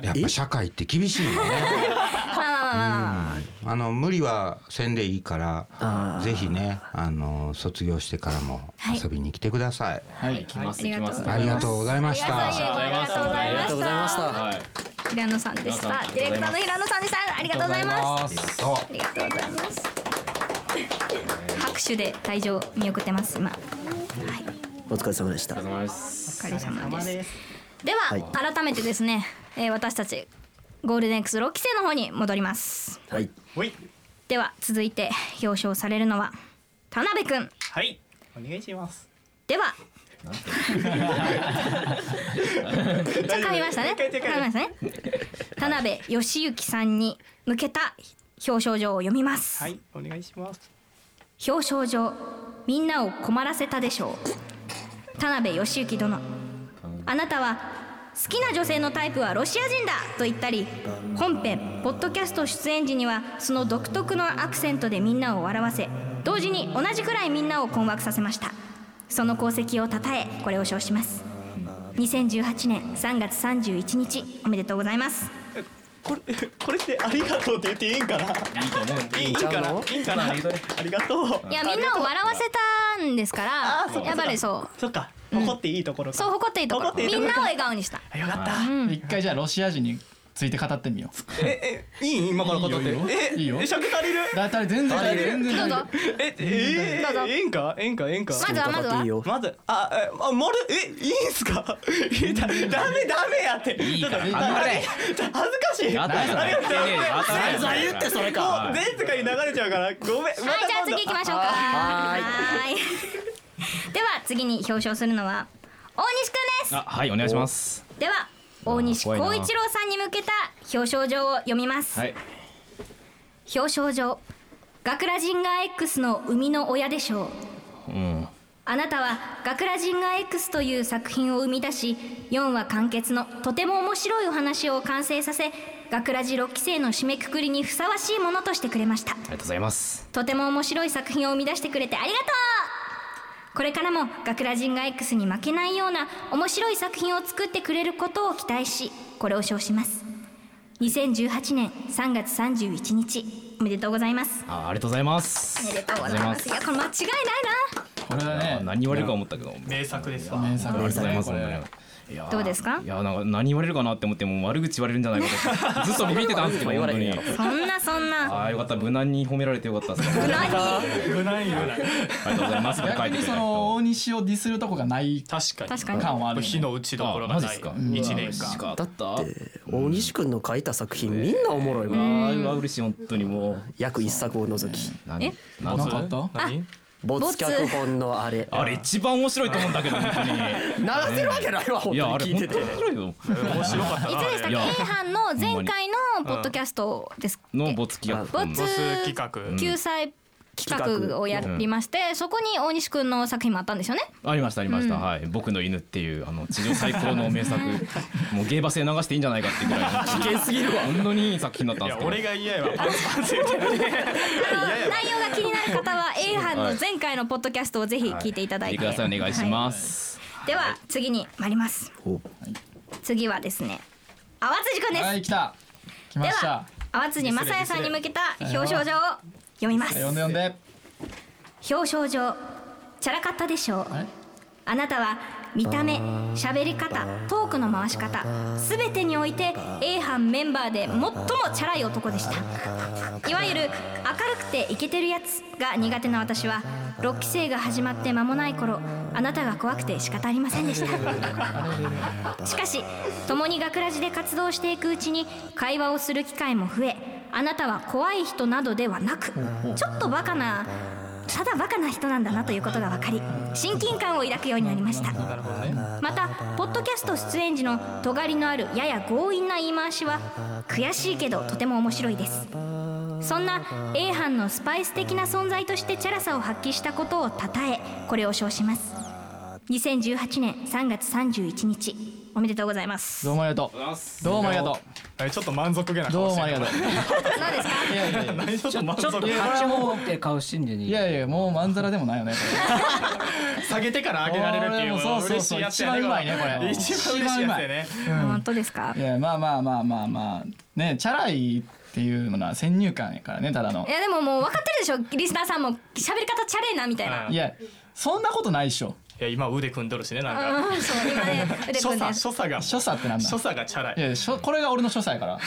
S12: やっぱ社会って厳しいよね、うん *laughs* あの無理はせんでいいからぜひねあの卒業してからも遊びに来てください、
S3: はい来ます来ます
S12: ありがとうございました
S2: ありがとうございました
S3: はい
S2: 平野さんでした
S3: あ
S2: ディ
S3: り
S2: レ
S3: がとうございま
S2: ク
S3: す
S2: ターの平野さんでしたありがとうございますすありがとうございます拍手で退場見送ってます今
S12: お疲れ様でした
S3: お疲れ様で
S2: お
S3: す
S2: 疲れ様ですで
S12: は
S2: はい改めてですね、えー私たちゴールデン X 6期生の方に戻ります
S12: はい
S14: はい
S2: では続いて表彰されるのは田辺くん
S14: はいお願いします
S2: ではちょっと噛みましたね噛みましたね田辺義行さんに向けた表彰状を読みます
S14: はいお願いします
S2: 表彰状みんなを困らせたでしょう田辺義行殿あなたは好きな女性のタイプはロシア人だと言ったり本編ポッドキャスト出演時にはその独特のアクセントでみんなを笑わせ同時に同じくらいみんなを困惑させましたその功績をたたえこれを称します2018年3月31日おめでとうございます
S14: これ *laughs* ってありがとうって言っていいんかな。いいと思う。いいんかな。いいんかな。ありがとう。
S2: いやみんなを笑わせたんですから
S14: あそうか
S2: やっぱりそう
S14: そっか。誇っていいところか。
S2: そう誇っていいところ
S14: 誇っていい
S2: み
S14: と
S2: ん
S14: こ
S2: なを
S14: ろ
S2: 笑顔にした
S14: よかった。
S13: 一回じゃあロシア人について語ってみよう。
S14: ええいい今から語って
S13: いいよ
S14: え
S13: いいよ。
S14: え尺足りる
S13: だ足り全然足りる全然足りる。
S2: どうぞ
S14: えええええんかええんかええんか。
S2: まずはまずは
S14: まずあえあまるえいいんすか。 *laughs* えだダメダメやって。いいから。だ
S3: 頑張れ
S14: 恥ずかしい。
S3: あったよ
S14: ありがとうございま
S3: あったよ
S14: す。
S3: あったよ言ってそれか
S14: もう全世界に流れちゃうからごめん。は
S2: は
S14: い
S2: い、じゃあ次行きましょうか。はーいでは次に表彰するのは大西くんです。
S3: あはいお願いします
S2: では大西
S3: あー
S2: 光
S3: 怖いな
S2: 一郎さんに向けた表彰状を読みます。
S3: はい
S2: 表彰状、学ラジンガー X の生みの親でしょう。
S3: うん
S2: あなたは「学ラジンガ X」という作品を生み出し4話完結のとても面白いお話を完成させ学ラジ6期生の締めくくりにふさわしいものとしてくれました
S3: ありがとうございます
S2: とても面白い作品を生み出してくれてありがとうこれからも学ラジンガ X に負けないような面白い作品を作ってくれることを期待しこれを称します2018年3月31日おめでとうございます
S3: あありがとうございます
S2: おめでとうございますいやこれ間違いないな
S13: これはね
S3: 何言われるか思ったけど
S14: 名作ですわ
S3: 名作ですね
S14: 名作
S3: これ
S14: ね
S3: いやー
S2: どうですか
S3: いやーなんか何言われるかなって思ってもう悪口言われるんじゃないかとずっとビビってたんですけど本当に
S2: そんなそんな
S3: *laughs* ああよかった無難に褒められてよかったです無
S2: 難に
S3: 無難無難ありがとうございますって書
S13: 逆
S3: いて
S13: に
S3: くれ
S13: そ
S3: た
S13: の大西をディスるとこがない
S14: 確か
S15: 確かに
S13: 感はある
S14: 火の打ちどころがない一年間
S15: だった大西君の書いた作品みんなおもろいわ
S3: あーうわ嬉しい本当にもう
S15: 約一作を除き
S3: え
S15: 何
S3: ボツなんかあった
S15: 何没脚本のあれ
S3: あれ一番面白いと思うんだけど本当に
S15: ならせるわけないわ
S3: *laughs*
S15: 本当に
S3: やあれ
S15: 聞いてて
S3: 本当に面白いよ面白かっ
S2: い
S3: た
S2: つでしたっけ A 班の前回のポッドキャストです
S3: の没企画
S2: 没
S14: 企画
S2: 救済企画をやりまして、そこに大西くんの作品もあったんですよね。
S3: ありましたありました、
S2: うん
S3: はい僕の犬っていうあの地上最高の
S2: *laughs*
S3: 名作もうゲーバスで流していいんじゃないかっていうぐらいの
S15: 危険すぎるわ
S3: 本当にいい作品だったんですけど
S14: 俺が嫌やわ
S2: 内容が気になる方は A 班の前回のポッドキャストをぜひ聞いていただいて、
S3: 聞てくださいお願いし
S2: は
S3: ます、
S2: いでは次に参ります。次はですね、淡辻くんです。
S13: はい来た来ました
S2: 淡辻正也さんに向けた表彰状を読みます。
S13: 読んで読んで
S2: 表彰状チャラかったでしょうあなたは見た目喋り方トークの回し方全てにおいて A 班メンバーで最もチャラい男でしたいわゆる明るくてイケてるやつが苦手な私は6期生が始まって間もない頃あなたが怖くて仕方ありませんでしたしかし共に学ラジで活動していくうちに会話をする機会も増えあなたは怖い人などではなくちょっとバカなただバカな人なんだなということが分かり親近感を抱くようになりましたまたポッドキャスト出演時の尖りのあるやや強引な言い回しは悔しいけどとても面白いですそんな A 班のスパイス的な存在としてチャラさを発揮したことをたたえこれを称します2018年3月31日おめでとうございます
S13: どうもありがとうどうもありがと
S14: うちょっと満足げな
S13: どうもありがとういやいやいや
S14: 何ちょっと満
S13: ちょっと
S14: 足
S13: いやこれはもう
S14: って顔してんで
S13: いやいやもうまんざらでもないよねこれ
S14: *laughs* 下げてから上げられるっていう
S13: これもそうそう
S14: 嬉
S13: そ
S14: し
S13: う
S14: いやつ
S13: 一
S14: や
S13: 番うまいねこれ
S14: *laughs* 一番嬉しいやつやね
S13: 一番うまい
S2: 本当ですか
S13: いやまあまあまあまあまあねチャラいっていうのは先入観やからねただの
S2: いやでももう分かってるでしょリスナーさんも喋り方チャレーなみたいない
S13: やそんなことないでしょ
S14: いや今腕組んどるしねなん
S2: う
S14: か
S2: んそう今ね腕組
S14: 所
S2: んで
S14: 作所作が
S13: 所作ってなんだ
S14: 所作がチャラい
S13: いやしょこれが俺の所作やから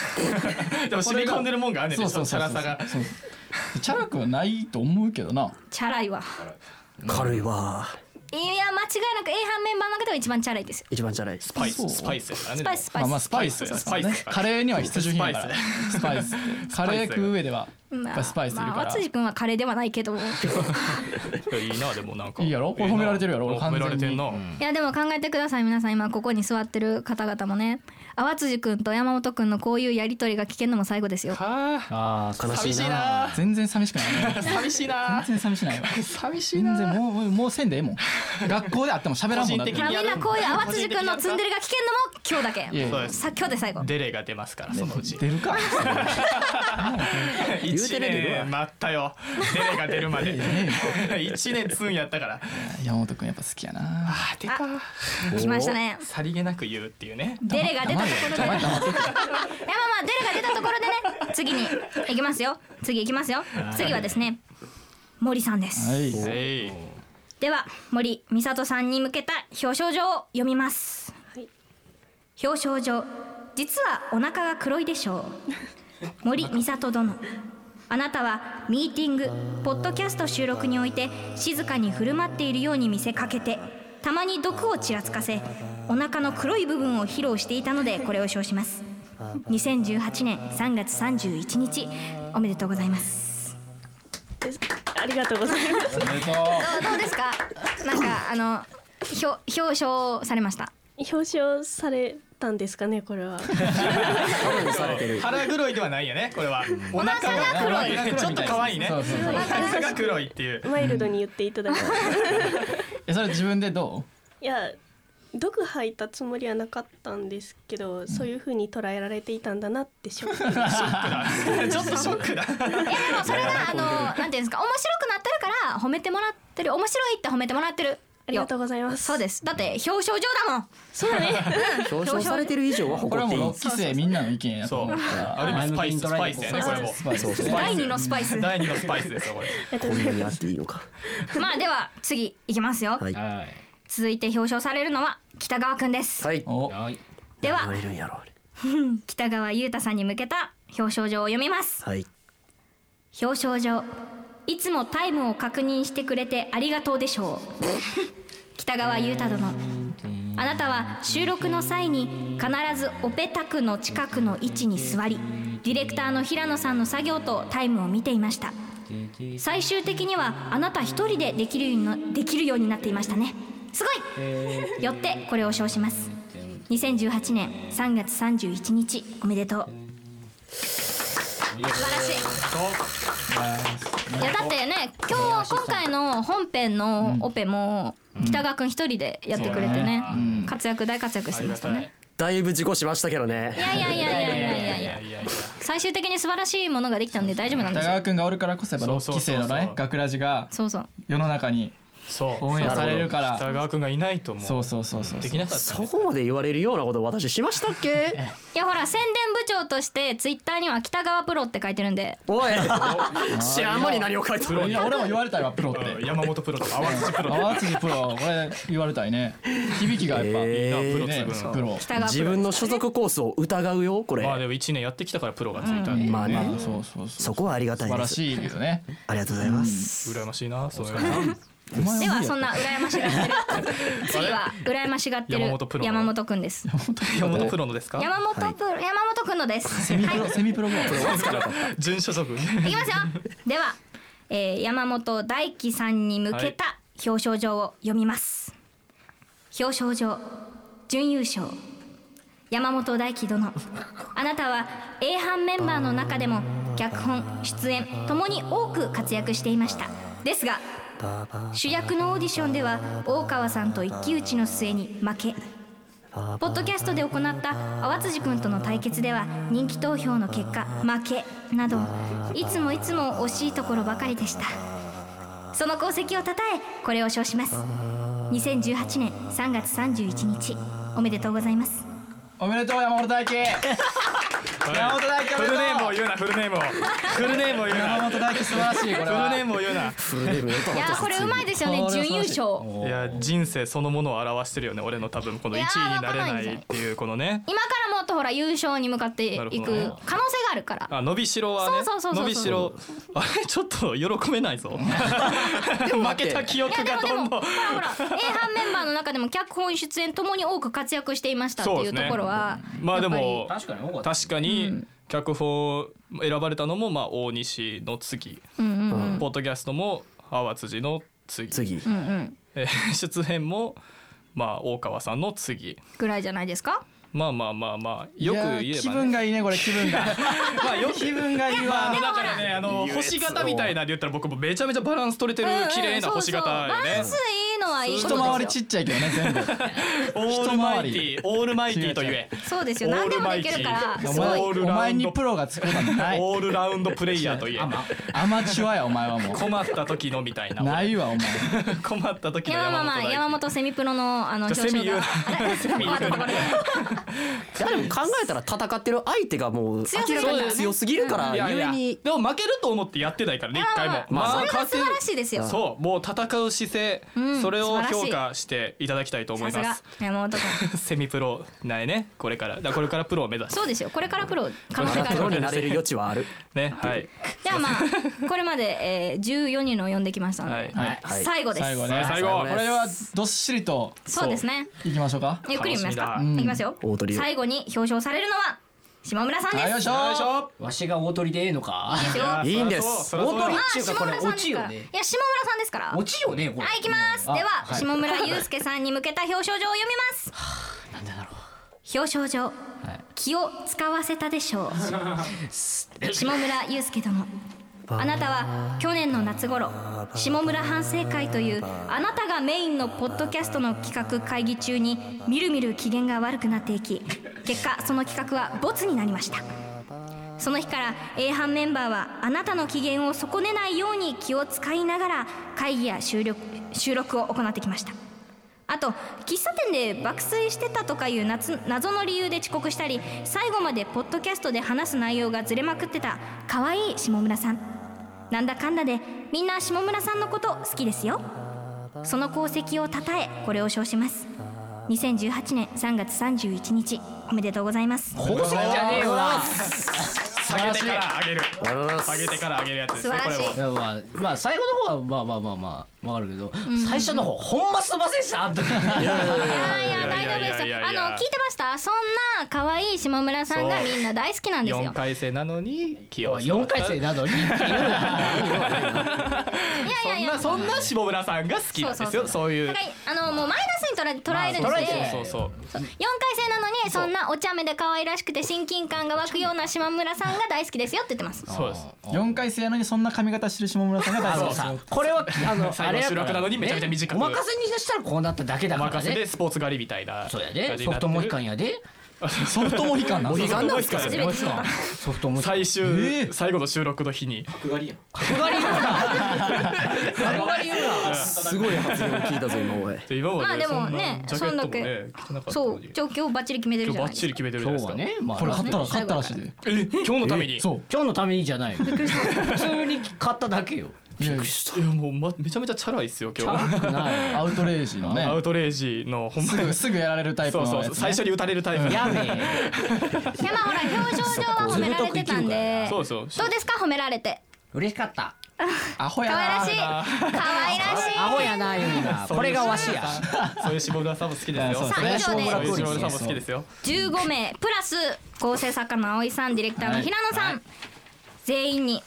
S14: でも染み込んでるもんがあんねんで
S13: そうそう
S14: チ
S13: そ
S14: ャ
S13: うそ
S14: ラ
S13: う
S14: さが
S13: そうチャラくはないと思うけどな
S2: チャラいわ
S15: 軽いわ
S2: いや間違いなく A 班メンバーの中では一番チャラいですよ
S15: 一番じゃないス
S14: パイススパイスやからね
S2: スパイススパ
S13: ま
S2: イス
S13: あまあスパイス
S14: スパイス
S13: ねカレーには必需品やからスパイスカレー食う上ではやっぱスパイスいる
S2: まあ
S13: か
S2: 松地君はカレーではない
S13: *laughs*
S2: けどい
S14: いやいいなでもなんから
S13: いいやろこれ褒められてるやろ俺
S14: 褒
S13: 完
S14: め
S13: 全
S14: られてん
S13: に
S14: な
S2: やでも考えてください皆さん今ここに座ってる方々もね淡辻君と山本君のこういうやりとりが聞けるのも最後ですよ
S13: あ
S15: 悲しいな寂しい
S14: な
S13: 全然寂しくないね
S14: 寂しい
S13: 全
S14: な
S13: 然寂しないわ
S14: 寂し
S13: 全然もうもうもうせんでええもん学校であっても喋らんもんだって
S2: まあみんなこういう淡辻君のツンデレが聞けるのも今日だけ
S13: いやいや
S14: そうです
S2: さ今日で最後
S14: デレが出ますからそのうち
S13: 出るか
S14: *laughs* 一年待ったよデレが出るまで一年ツンやったから
S13: 山本君やっぱ好きやな
S14: あ出た
S2: 来ましたね
S14: さりげなく言うっていうね
S2: デレが出たところでいやまあまあデレが出たところでね次に行きますよ次行きますよ次はですね森さんです
S13: はい
S2: では森美里さんに向けた表彰状を読みます、表彰状実はお腹が黒いでしょう森美里殿あなたはミーティングポッドキャスト収録において静かに振る舞っているように見せかけてたまに毒をちらつかせお腹の黒い部分を披露していたのでこれを称します2018年3月31日おめでとうございます
S8: ありがとうございます。
S2: どうどうですかなんかあの表表彰されました
S8: 表彰されたんですかね、これは。
S14: 腹黒いではないよねこれはお腹が
S8: 黒い
S14: ちょっと可愛いね
S13: そうそうそう
S14: お腹が黒いっていう
S8: マイルドに言っていただいて。
S13: えそれ自分でど
S8: いや、毒吐いたつもりはなかったんですけど、そういう風に捉えられていたんだなってショックでした。
S14: *laughs* ちょっとショックだ
S2: それがあのなんていうんですか面白くなってるから褒めてもらってる面白いって褒めてもらってる
S8: ありがとうございます
S2: そうですだって表彰状だもん
S8: そうだね
S2: うん
S15: 表彰されてる以上は
S13: これ
S15: 誇
S13: は
S15: っていい
S13: もう6期生みんなの意見やと思うから
S14: ある意味スパイス
S13: 前向きに捉えて
S14: スパイスだよねこれも
S13: スパイス
S15: そうそう
S2: 第二のスパイス
S14: 第二のスパイスですよこれ。
S15: こんなにあっていいのか
S2: まあでは次いきますよ、
S15: はい
S2: 続いて表彰されるのは北川くんです
S15: はい
S2: では
S15: 言われるんやろあれ
S2: 北川優太さんに向けた表彰状を読みます
S15: はい
S2: 表彰状いつもタイムを確認してくれてありがとうでしょう *laughs* 北川優太殿あなたは収録の際に必ずオペタクの近くの位置に座りディレクターの平野さんの作業とタイムを見ていました最終的にはあなた一人でできるようになできるようになっていましたねすごいよってこれを称します2018年3月31日おめでとう
S5: 素晴らしい。
S2: いやだってね今日今回の本編のオペも北川くん一人でやってくれてね活躍大活躍してましたね
S15: だいぶ事故しましたけどね
S2: いやいやいやいやいやいやいや最終的に素晴らしいものができたんで大丈夫なんで
S13: 北
S2: すよ
S13: 川君がおるからこそやっぱ6期生のね学ラジが
S2: そうそう
S13: 世の中に応援されるから
S14: 北川君がいないともう
S13: そうそうそうそう
S14: できなかった
S15: そこまで言われるようなこと私しましたっけ
S2: いやほら宣伝部長としてツイッターには北川プロって書いてるんで
S15: おい
S13: 知らん間に何を書いてるいや俺も言われたよプロって
S14: 山本プロとか淡路プロとか
S13: 淡路プロ俺言われたいね響きがやっぱみんなプロプロ
S15: 自分の所属コースを疑うよこれ
S14: まあでも一年やってきたからプロがついたんで。
S15: まあね
S14: うん
S13: そうそう
S15: そこはありがたいです
S13: 素晴らしいけどね
S15: ありがとうございます
S14: 羨ましいなそういうの
S2: ではそんな羨ましがってる *laughs* 次は羨ましがってる
S14: 山本プロの
S2: 山本くんです
S14: 山本プロのですか？
S2: 山本プロ山本くんのです
S14: セミプロセミプロぐらい
S2: プロ
S14: 準所属。
S2: いきますよ。では、えー、山本大輝さんに向けた表彰状を読みます。表彰状、準優勝。山本大輝殿、あなたは A 班メンバーの中でも脚本、出演ともに多く活躍していました。ですが、主役のオーディションでは大川さんと一騎打ちの末に負け。ポッドキャストで行った淡辻君との対決では人気投票の結果負けなどいつもいつも惜しいところばかりでしたその功績をたたえこれを称します2018年3月31日おめでとうございます
S13: おめでとう山本大輝山本大輝お
S14: フ
S13: めでと
S14: ル
S13: う
S14: ネームを言うなフルネームを。フルネームを言うな。
S13: 山本大輝素晴らしいこれは
S14: フルネームを言うな。
S15: フルネーム
S2: いやーこれうまいですよね準優勝
S14: いや人生そのものを表してるよね俺の多分この1位になれないっていうこのね
S2: 今からもっとほら優勝に向かっていく可
S14: なる
S2: 能性
S14: ほどね
S2: があるから
S14: あ伸びしろはね
S2: そうそうそうそう
S14: 伸びしろあれちょっと喜べないぞ負けた記憶がどんどん
S2: A 班メンバーの中でも脚本出演ともに多く活躍していましたっていうところは、
S14: まあで
S2: や
S14: も
S2: っぱり
S14: 確かに脚本選ばれたのもまあ大西の次、
S2: うんうんうん
S14: ポッドキャストも淡辻の次
S2: うんうん
S14: えー *laughs* 出演もまあ大川さんの次
S2: ぐらいじゃないですか
S14: まあまあまあまあよく言えば、
S13: い
S14: ね、
S13: やー気分がいいねこれ気分が
S14: *laughs* まあよく気分がいいわ。
S13: でも
S14: だ
S13: ほ
S14: かららねあの
S13: 優越
S14: 星型みたいなで言ったら僕もめちゃめちゃバランス取れてる
S2: うんうん
S14: 綺麗な星型
S2: そうそう
S14: よ
S2: バラ
S14: ね
S2: ン。スいいのはいいこと
S13: 一回り
S2: です
S13: ち
S2: よ
S13: っちゃいけどね全部
S14: オールマイティーオールマイティーと言え。
S2: そうですよ何でもできるからすごい
S14: オールラウン
S13: お
S14: ド
S13: 前にプロがつくのない
S14: オールラウンドプレイヤーと言え。
S13: アマチュアやお前はもう
S14: 困った時のみたいな。
S13: ないわお前。
S14: 困った時
S2: い
S14: の
S2: やまあまあまあ
S14: 山本大
S2: 山本セミプロのあの
S14: じ
S2: 表
S14: ゃあセ
S2: 彰
S14: ミ言う
S2: が *laughs*
S14: な
S15: いやでも考えたら戦ってる相手がもう
S2: 強すぎる
S15: 明ら
S2: からね
S15: かに強すぎるから
S14: いやい
S15: ゆ
S14: や
S15: えに
S14: でも負けると思ってやってないからね一回も
S2: まあまあまあそれが
S14: 勝てる
S2: 素晴らしいですよ
S14: そうもう戦う姿勢、
S2: うん
S14: それ
S2: 素
S14: を評
S2: 晴ら
S14: 価していただきたいと思
S2: さ
S14: い
S2: す
S14: ま
S2: が
S14: す
S2: 山本君
S14: *laughs* セミプロないねこれからだからこれからプロを目指す
S2: そうですよこれからプロ可能性があ
S15: プロ
S2: る
S15: になれる余地はある
S14: ねはい
S2: じゃあまあこれまで、えー、14人のを呼んできましたので、
S13: はい
S2: 最後です
S13: 最後ね
S14: 最後
S13: これはどっしりと
S2: そうですね
S13: いきましょうか
S2: ゆっくり見ますか、
S13: うん
S2: いきますよ
S13: 大鳥
S2: 最後に表彰されるのは島村さんです、
S13: はいよいしょよいしょ
S16: わしが大鳥でええのか
S2: いいですよ
S15: いいんです
S16: 大
S2: まあ
S16: 鳥っていうかこ
S2: 島
S16: れ
S2: 村さん
S16: 落
S2: で
S16: ち
S2: すか
S16: よ
S2: ら
S16: ね
S2: いや島村さんですから
S16: 落ちよねこれ
S2: はい行きますで
S16: あ
S2: は、
S16: はい
S2: 下村雄介さんに向けた表彰状を読み
S16: *laughs*
S2: ます表彰状、気を使わせたでし
S16: *laughs*
S2: ょう下村雄介殿あなたは去年の夏頃下村反省会というあなたがメインのポッドキャストの企画会議中にみるみる機嫌が悪くなっていき結果その企画はボツになりましたその日から A 班メンバーはあなたの機嫌を損ねないように気を使いながら会議や収録収録を行ってきましたあと喫茶店で爆睡してたとかいう夏謎の理由で遅刻したり最後までポッドキャストで話す内容がずれまくってた可愛い下村さんなんだかんだでみんな下村さんのこと好きですよその功績をたたえこれを称します2018年3月31日おめでとうございます
S14: 宝石じゃねえわ
S2: 晴
S14: 下
S2: ら
S14: げ
S2: しい
S14: てから上げる下げてから上げるやつですねこれ
S16: いや
S14: は
S16: まあ、まあ、最後の方はまあまあまあまあわかるけど、
S2: うん
S16: 最初の方ほんますいませんでしたあんたい
S2: いや大丈夫ですよあの聞いてましたそんな可愛い下村さんがみんな大好きなんですよ
S14: 四回生なのに起用
S16: 4回生なのに
S2: いやいやいや
S14: *laughs* そんな下村さんが好きなんですよそういう
S2: だからあのもうマイナスに捉え捉えるんで、
S14: まあ
S2: すね
S14: そうそうそ
S2: 4
S14: う
S2: 回生なのにそんなお茶目で可愛らしくて親近感が湧くような島村さんが大好きですよって言ってます
S14: そうです
S13: 四回生やのにそんな髪型してる下村さんが大好き
S16: あのさこれは *laughs* あの
S14: 最後収録なのにめちゃめちゃ短く
S16: ねお任せにしたらこうなっただけだ
S14: お
S16: から
S14: 任せで
S16: ね
S14: スポーツ狩りみたいな
S16: そうやでソフトモヒカンや
S14: *laughs*
S16: で
S14: ソ
S16: フトモヒカンなの
S14: の
S16: ソフトモヒカン
S14: ソフトモヒカン最終最後の収録の日に角刈りや
S16: 角刈り言うな
S15: すごい発言を聞いたぞ今おい
S14: 今ま
S2: まあ
S14: で
S2: で
S14: そ
S2: も
S14: んな
S2: ね
S14: ジャケ
S2: そん
S14: ッ
S2: だ
S14: トも
S2: け
S14: ね着てなかった
S2: そう状況をバッチリ決めてるじゃ
S14: 今日バ
S2: な
S14: ッ
S2: い
S14: チリ決めてるじゃないですか
S16: 今日はねまあ
S13: これ買ったら買ったらしいで
S14: え今日のために
S16: えそう今日のためにじゃない普通に買っただけよ
S14: いやいやもう、ま、めちゃめちゃチャラいっすよ今
S13: チャラくな
S14: 日
S13: *laughs* いアウトレイジのね
S14: アウトレイジのほんます
S13: ぐすぐやられるタイプのやつね
S14: そうそう最初に打たれるタイプ
S13: やめ
S2: いやまあほら表彰状は褒められてたんで
S14: そうそう
S2: どうですか褒められて
S16: 嬉しかった
S13: アホ
S2: 可愛らしい可愛らしい
S16: アホやな言う
S15: *laughs*
S16: なこれがわしや
S14: そういう下村さんも好きです
S16: そ
S14: よ
S16: うそう
S2: さあ以上で
S14: そういう下村さんも好きですよ
S2: 15名プラス構成作家の葵さんディレクターの平野さん、全員に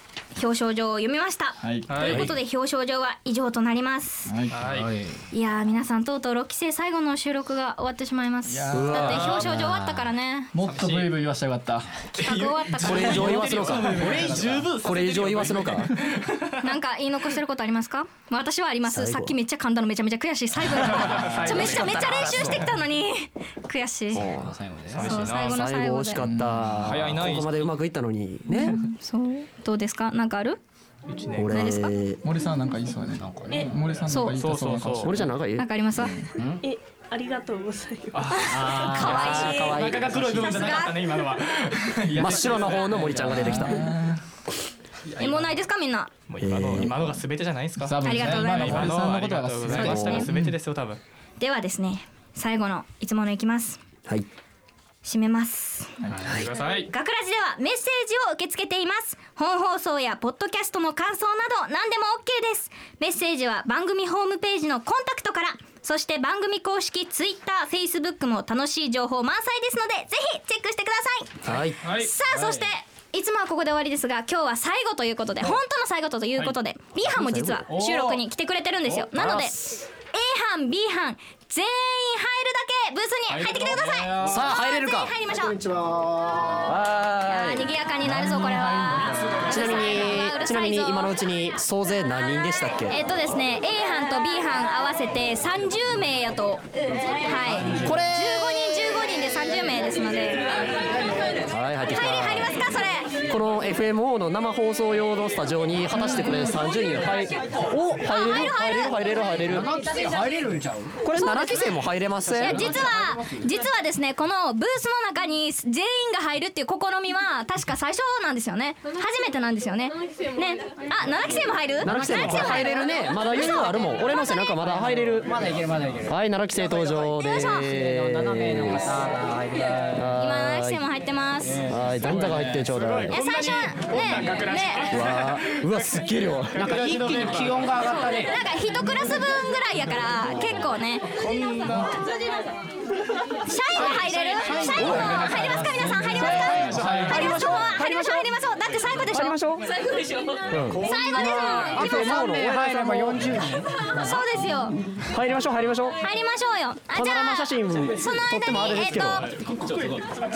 S2: 表彰状を読みました、
S13: はい
S2: ということで表彰状は以上となります、
S13: はい
S14: はい
S2: いやー皆さんとうとう6期生最後の収録が終わってしまいます
S13: い
S2: だ
S13: や
S2: って
S13: ー
S2: 表彰状終わったからね
S13: もっとブイブイ言わしたよかっ
S2: 企画終わったから
S15: これ以上言わせろか
S13: これ十分
S15: これ以上言わせろか
S2: なんか言い残してることありますか私はあります
S15: 最後
S2: さっきめっちゃ噛んだのめちゃめちゃ悔しい最後のちょめちゃめちゃ練習してきたのに悔しい
S16: 最後で
S2: そう最後の最
S15: 最後
S2: 後
S15: 惜
S2: で
S15: しかった
S14: 早いな
S15: ここまでうまくいったのにね
S2: そうどうですかなんかあるないですか
S15: 俺
S13: 森さんなんか言いそうやね
S8: え
S13: 森さんなんか言いたそうな顔してる
S15: 森ちゃんなんか言
S2: な
S15: うん
S2: かあります
S8: えありがとうございます
S15: あー
S14: 可愛い中が黒い部分じゃなかったね今のは
S15: 真っ白な方の森ちゃんが出てきた
S2: えもうないですかみんな
S14: もう今の今のが全てじゃないですか
S2: 多分ねありがとうございます
S14: 今のはありがとうございました
S2: そう
S14: が
S2: ですね
S14: 全てですよ多分
S2: ではですね最後のいつものいきます
S15: はい
S2: 締めます
S14: はいください
S2: ガクラジではメッセージを受け付けています本放送やポッドキャストの感想など何でも OK ですメッセージは番組ホームページのコンタクトからそして番組公式 TwitterFacebook も楽しい情報満載ですのでぜひチェックしてください
S15: はい
S2: さあそしていつもはここで終わりですが今日は最後ということで本当の最後ということで B 班も実は収録に来てくれてるんですよ
S7: お
S2: な
S7: あ
S2: ので A
S7: らす
S2: 班 B 班全員入るだけブースに入ってきてください
S15: さあ入れるか
S2: 全員入りましょうこんにち
S15: はーい
S2: 賑やかになるぞこれは
S15: ちなみにちなみに今のうちに総勢何人でしたっけ
S2: えっとですね A 班と B 班合わせて30名やとはいこれ15人15人で30名ですので
S15: はい入ってきた
S2: 入りますかそれ
S15: この FMO の生放送用のスタジオに果たしてこれ30人入お入れる入れる入れる入れる
S16: 七期生入れるんちゃう
S15: これ7期生も入れま
S2: い
S15: せ
S2: や
S15: ん
S2: 実は実はですねこのブースの中に全員が入るっていう試みは確か最初なんですよね初めてなんですよねねあ七期生も入る
S15: 7期生もこれ入れるねまだ余裕あるもん俺の背中まだ入れるまだいけるまだいけるはい7期生登場です7名の方入り
S2: 今七期生
S15: は
S2: も入ってますえ
S15: いはいどんたが入ってちょうだい
S2: 最初ねね
S15: うわーうわすっげえ量
S16: なんか一気に気温が上がったね
S2: なんか一クラス分ぐらいやから結構ね社員も入れる社員も入りますか皆さん入りますか入りましょう入りましょう入りましょうだって最後でしょ
S7: 最後でしょ
S2: 最後ですもん
S15: あともうの入れば40人
S2: そうですよ
S15: 入りましょう入りましょう
S2: 入りましょうよあ
S15: パ
S2: じ
S15: ノ
S2: ゃ
S15: ラマ
S2: あ
S15: 写
S2: その
S15: 真撮ってもあ
S2: 間
S15: れ
S2: にえ
S15: です
S2: っ
S15: け
S2: と
S15: ど
S2: 最後になっ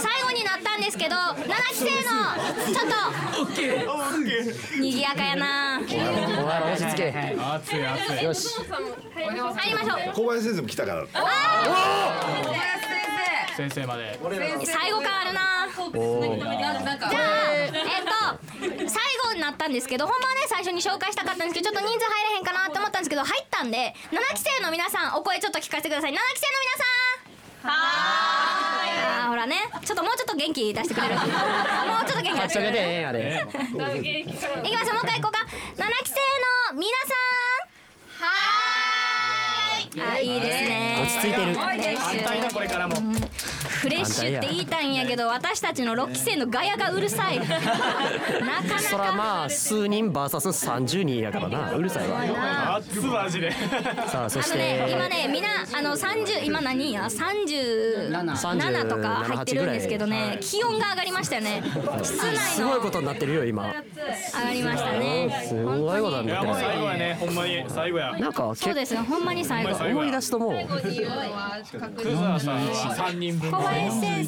S2: たんですけど7期生のちょっと賑やかやな入り
S15: お前ら落ち着け
S14: 熱い熱い
S15: よし
S2: ましょう
S17: 小林先生も来たから
S14: 先生まで
S2: 最後感あるな
S14: おー
S2: じゃあえっと最後7になったんですけどほんまはね最初に紹介したかったんですけどちょっと人数入れへんかなと思ったんですけど入ったんで7期生の皆さんお声ちょっと聞かせてください7期生の皆さんはーいあーほらねちょっともうちょっと元気出してくれるもうちょっと元気出してくれる
S15: あれ
S2: いきますよもう一回行こうか七期生の皆さんはーいあいいですね
S15: 落ち着いてる
S2: 安泰だこれからもフレッシュって言いたいんやけど私たちの6期生のガヤがうる
S15: *laughs*
S2: さいなかな
S15: そらまあ数人 VS30 人やからなうるさいわ
S18: 熱いマジで
S15: さあそし
S2: あのね今
S15: て
S2: ねみんなあの30今何人や37とか入ってるんですけどね、
S15: はい
S2: 気温が上がりましたよね室内
S15: す
S2: の
S15: ごいことになってるよ今
S2: 上がりましたね
S15: すごいことに
S18: い
S15: な
S18: や
S15: って
S18: もう
S15: ます
S18: 最後やねほんまに最後や
S15: なんか
S2: そうですよほんまに最後
S15: 思い出すともう
S18: クザさん三人分
S2: 小林先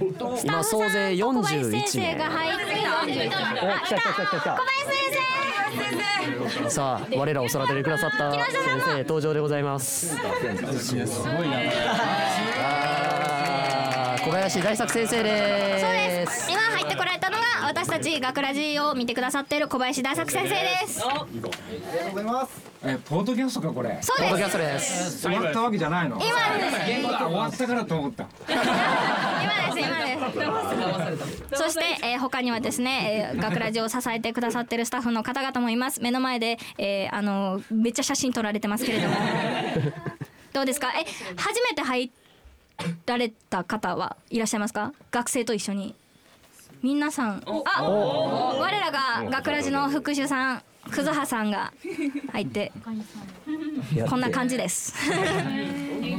S2: 生
S15: 今総勢
S2: 小林
S15: 41
S2: 先生が
S15: 名
S2: 入ってあ
S15: お来た来た来た来た
S2: 小林先生
S15: さあ我らを育ててくださった先生登場でございます
S19: すごいな
S15: あー小林大作先生です
S2: そうです今入ってこられたのが私たち学ラジを見てくださっている小林大作先生です
S20: ありがとうございます
S12: えポッドキャストかこれ
S2: そうですポッドキャストです
S12: 終わったわけじゃないの
S2: 今です
S12: あ終わったからと思った
S2: 今です今ですそして、えー、他にはですね、えー、学ラジを支えてくださってるスタッフの方々もいます目の前で、えー、あのめっちゃ写真撮られてますけれどもどうですかえ初めて入られた方はいらっしゃいますか学生と一緒に皆さんあ
S7: お
S2: 我らが学ラジの副主さんくずはさんが入ってこんな感じです。ぎゅう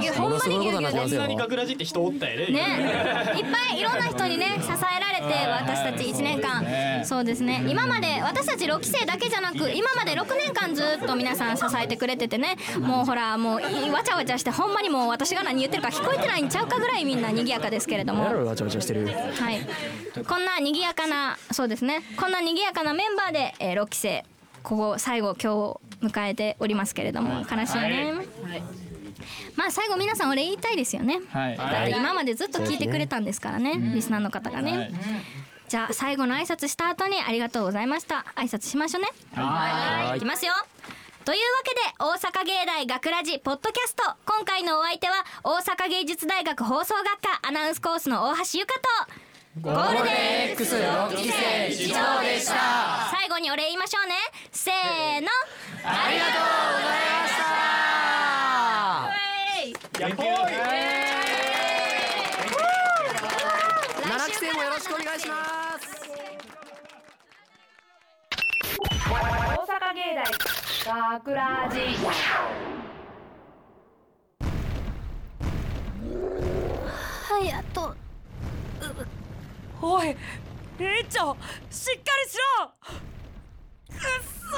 S2: ぎゅうほんまにぎゅうぎゅう
S18: こ
S2: で
S18: ん
S2: す
S18: なに学ラジって人おったやね
S2: ね、いっぱいいろんな人にね支えられて私たち1年間そうですね今まで私たち6期生だけじゃなく今まで6年間ずっと皆さん支えてくれててねもうほらもういわちゃわちゃしてほんまにもう私が何言ってるか聞こえてないんちゃうかぐらいみんな賑やかですけれども
S15: やろわちゃわちゃしてる
S2: はい、こんな賑やかなそうですねこんな賑やかなメンバーで、えー、6期生ここ最後今日を迎えておりますけれども悲しいね、まあ最後皆さんお礼言いたいですよね、
S19: はい
S2: だって今までずっと聞いてくれたんですからね、リスナーの方がね、じゃあ最後の挨拶した後にありがとうございました挨拶しましょうね
S7: はい
S2: いきますよというわけで大阪芸大学ラジポッドキャスト今回のお相手は大阪芸術大学放送学科アナウンスコースの大橋由香
S7: ゴ
S2: と
S7: ールデン X 六期生一同でした
S2: 最後にお礼言いましょうねせーの
S7: ありがと
S2: やっほーい
S15: 七期生もよろしくお願いします
S7: 大阪芸大学ラジ
S2: はやと
S21: おいりっちょしっかりしろくっそ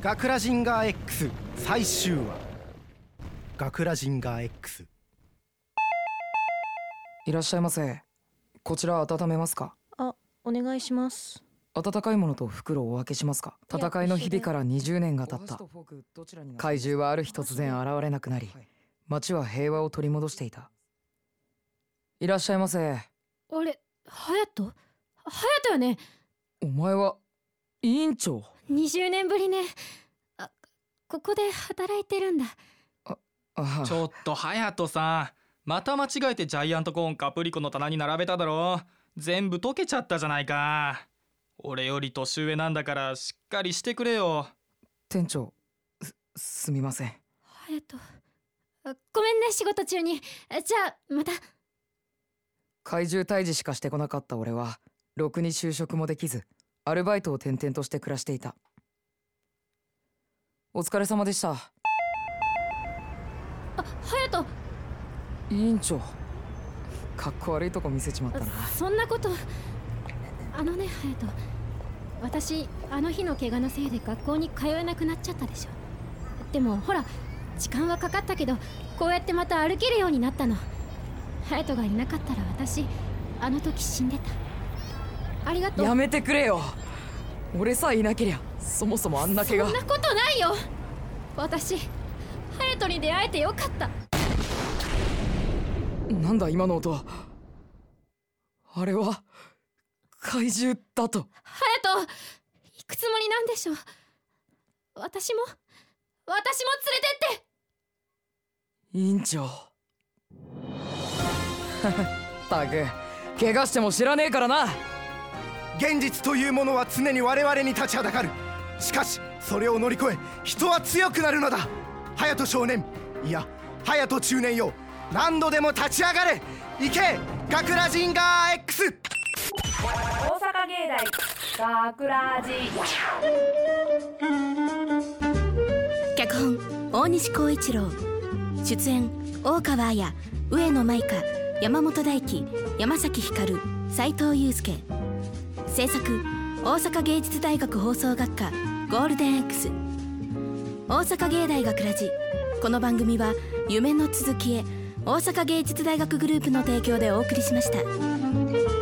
S4: ガクラジンガー X 最終話ガクラジンガー X
S1: いらっしゃいませこちら温めますか
S22: あ、お願いします。
S1: 温かいものと袋をお分けしますか
S22: いや
S1: 戦いの日々から20年が経った
S22: に
S1: 怪獣はある日突然現れなくなり町は平和を取り戻していたいらっしゃいませ
S23: あれ、ハヤトハヤトよね
S1: お前は委員長
S23: ?20 年ぶりね。あ、ここで働いてるんだ。
S14: ちょっと隼人さんまた間違えてジャイアントコーンカプリコの棚に並べただろ全部溶けちゃったじゃないか俺より年上なんだからしっかりしてくれよ
S1: 店長すすみません
S23: ハヤト。あごめんね、仕事中に。あじゃあ、また。
S1: 怪獣退治しかしてこなかった俺はろくに就職もできずアルバイトを転々として暮らしていたお疲れ様でした
S23: ハヤト、
S1: 委員長かっこ悪いとこ見せちまったな
S23: そんなこと。あのね、ハヤト。私、あの日の怪我のせいで学校に通えなくなっちゃったでしょ。でも、ほら、時間はかかったけど、こうやってまた歩けるようになったの。ハヤトがいなかったら私、あの時死んでた。ありがとう。
S1: やめてくれよ俺さえいなけりゃそもそもあんな怪
S23: そん
S1: 我
S23: なことないよ私ハヤトに出会えてよかった
S1: なんだ今の音はあれは怪獣だと
S23: 隼人行くつもりなんでしょう私も私も連れてって
S1: 院長 *laughs* ったく怪我しても知らねえからな
S4: 現実というものは常に我々に立ちはだかるしかしそれを乗り越え人は強くなるのだ隼人少年いや隼人中年よ何度でも立ち上がれ行け学ラジンガー X
S15: 大阪芸大学ラジ
S5: 脚本大西光一郎出演大川綾上野舞香山本大輝山崎ひかる斉藤祐介制作大阪芸術大学放送学科ゴールデン X 大阪芸大学ラジこの番組は夢の続きへ大阪芸術大学グループの提供でお送りしました。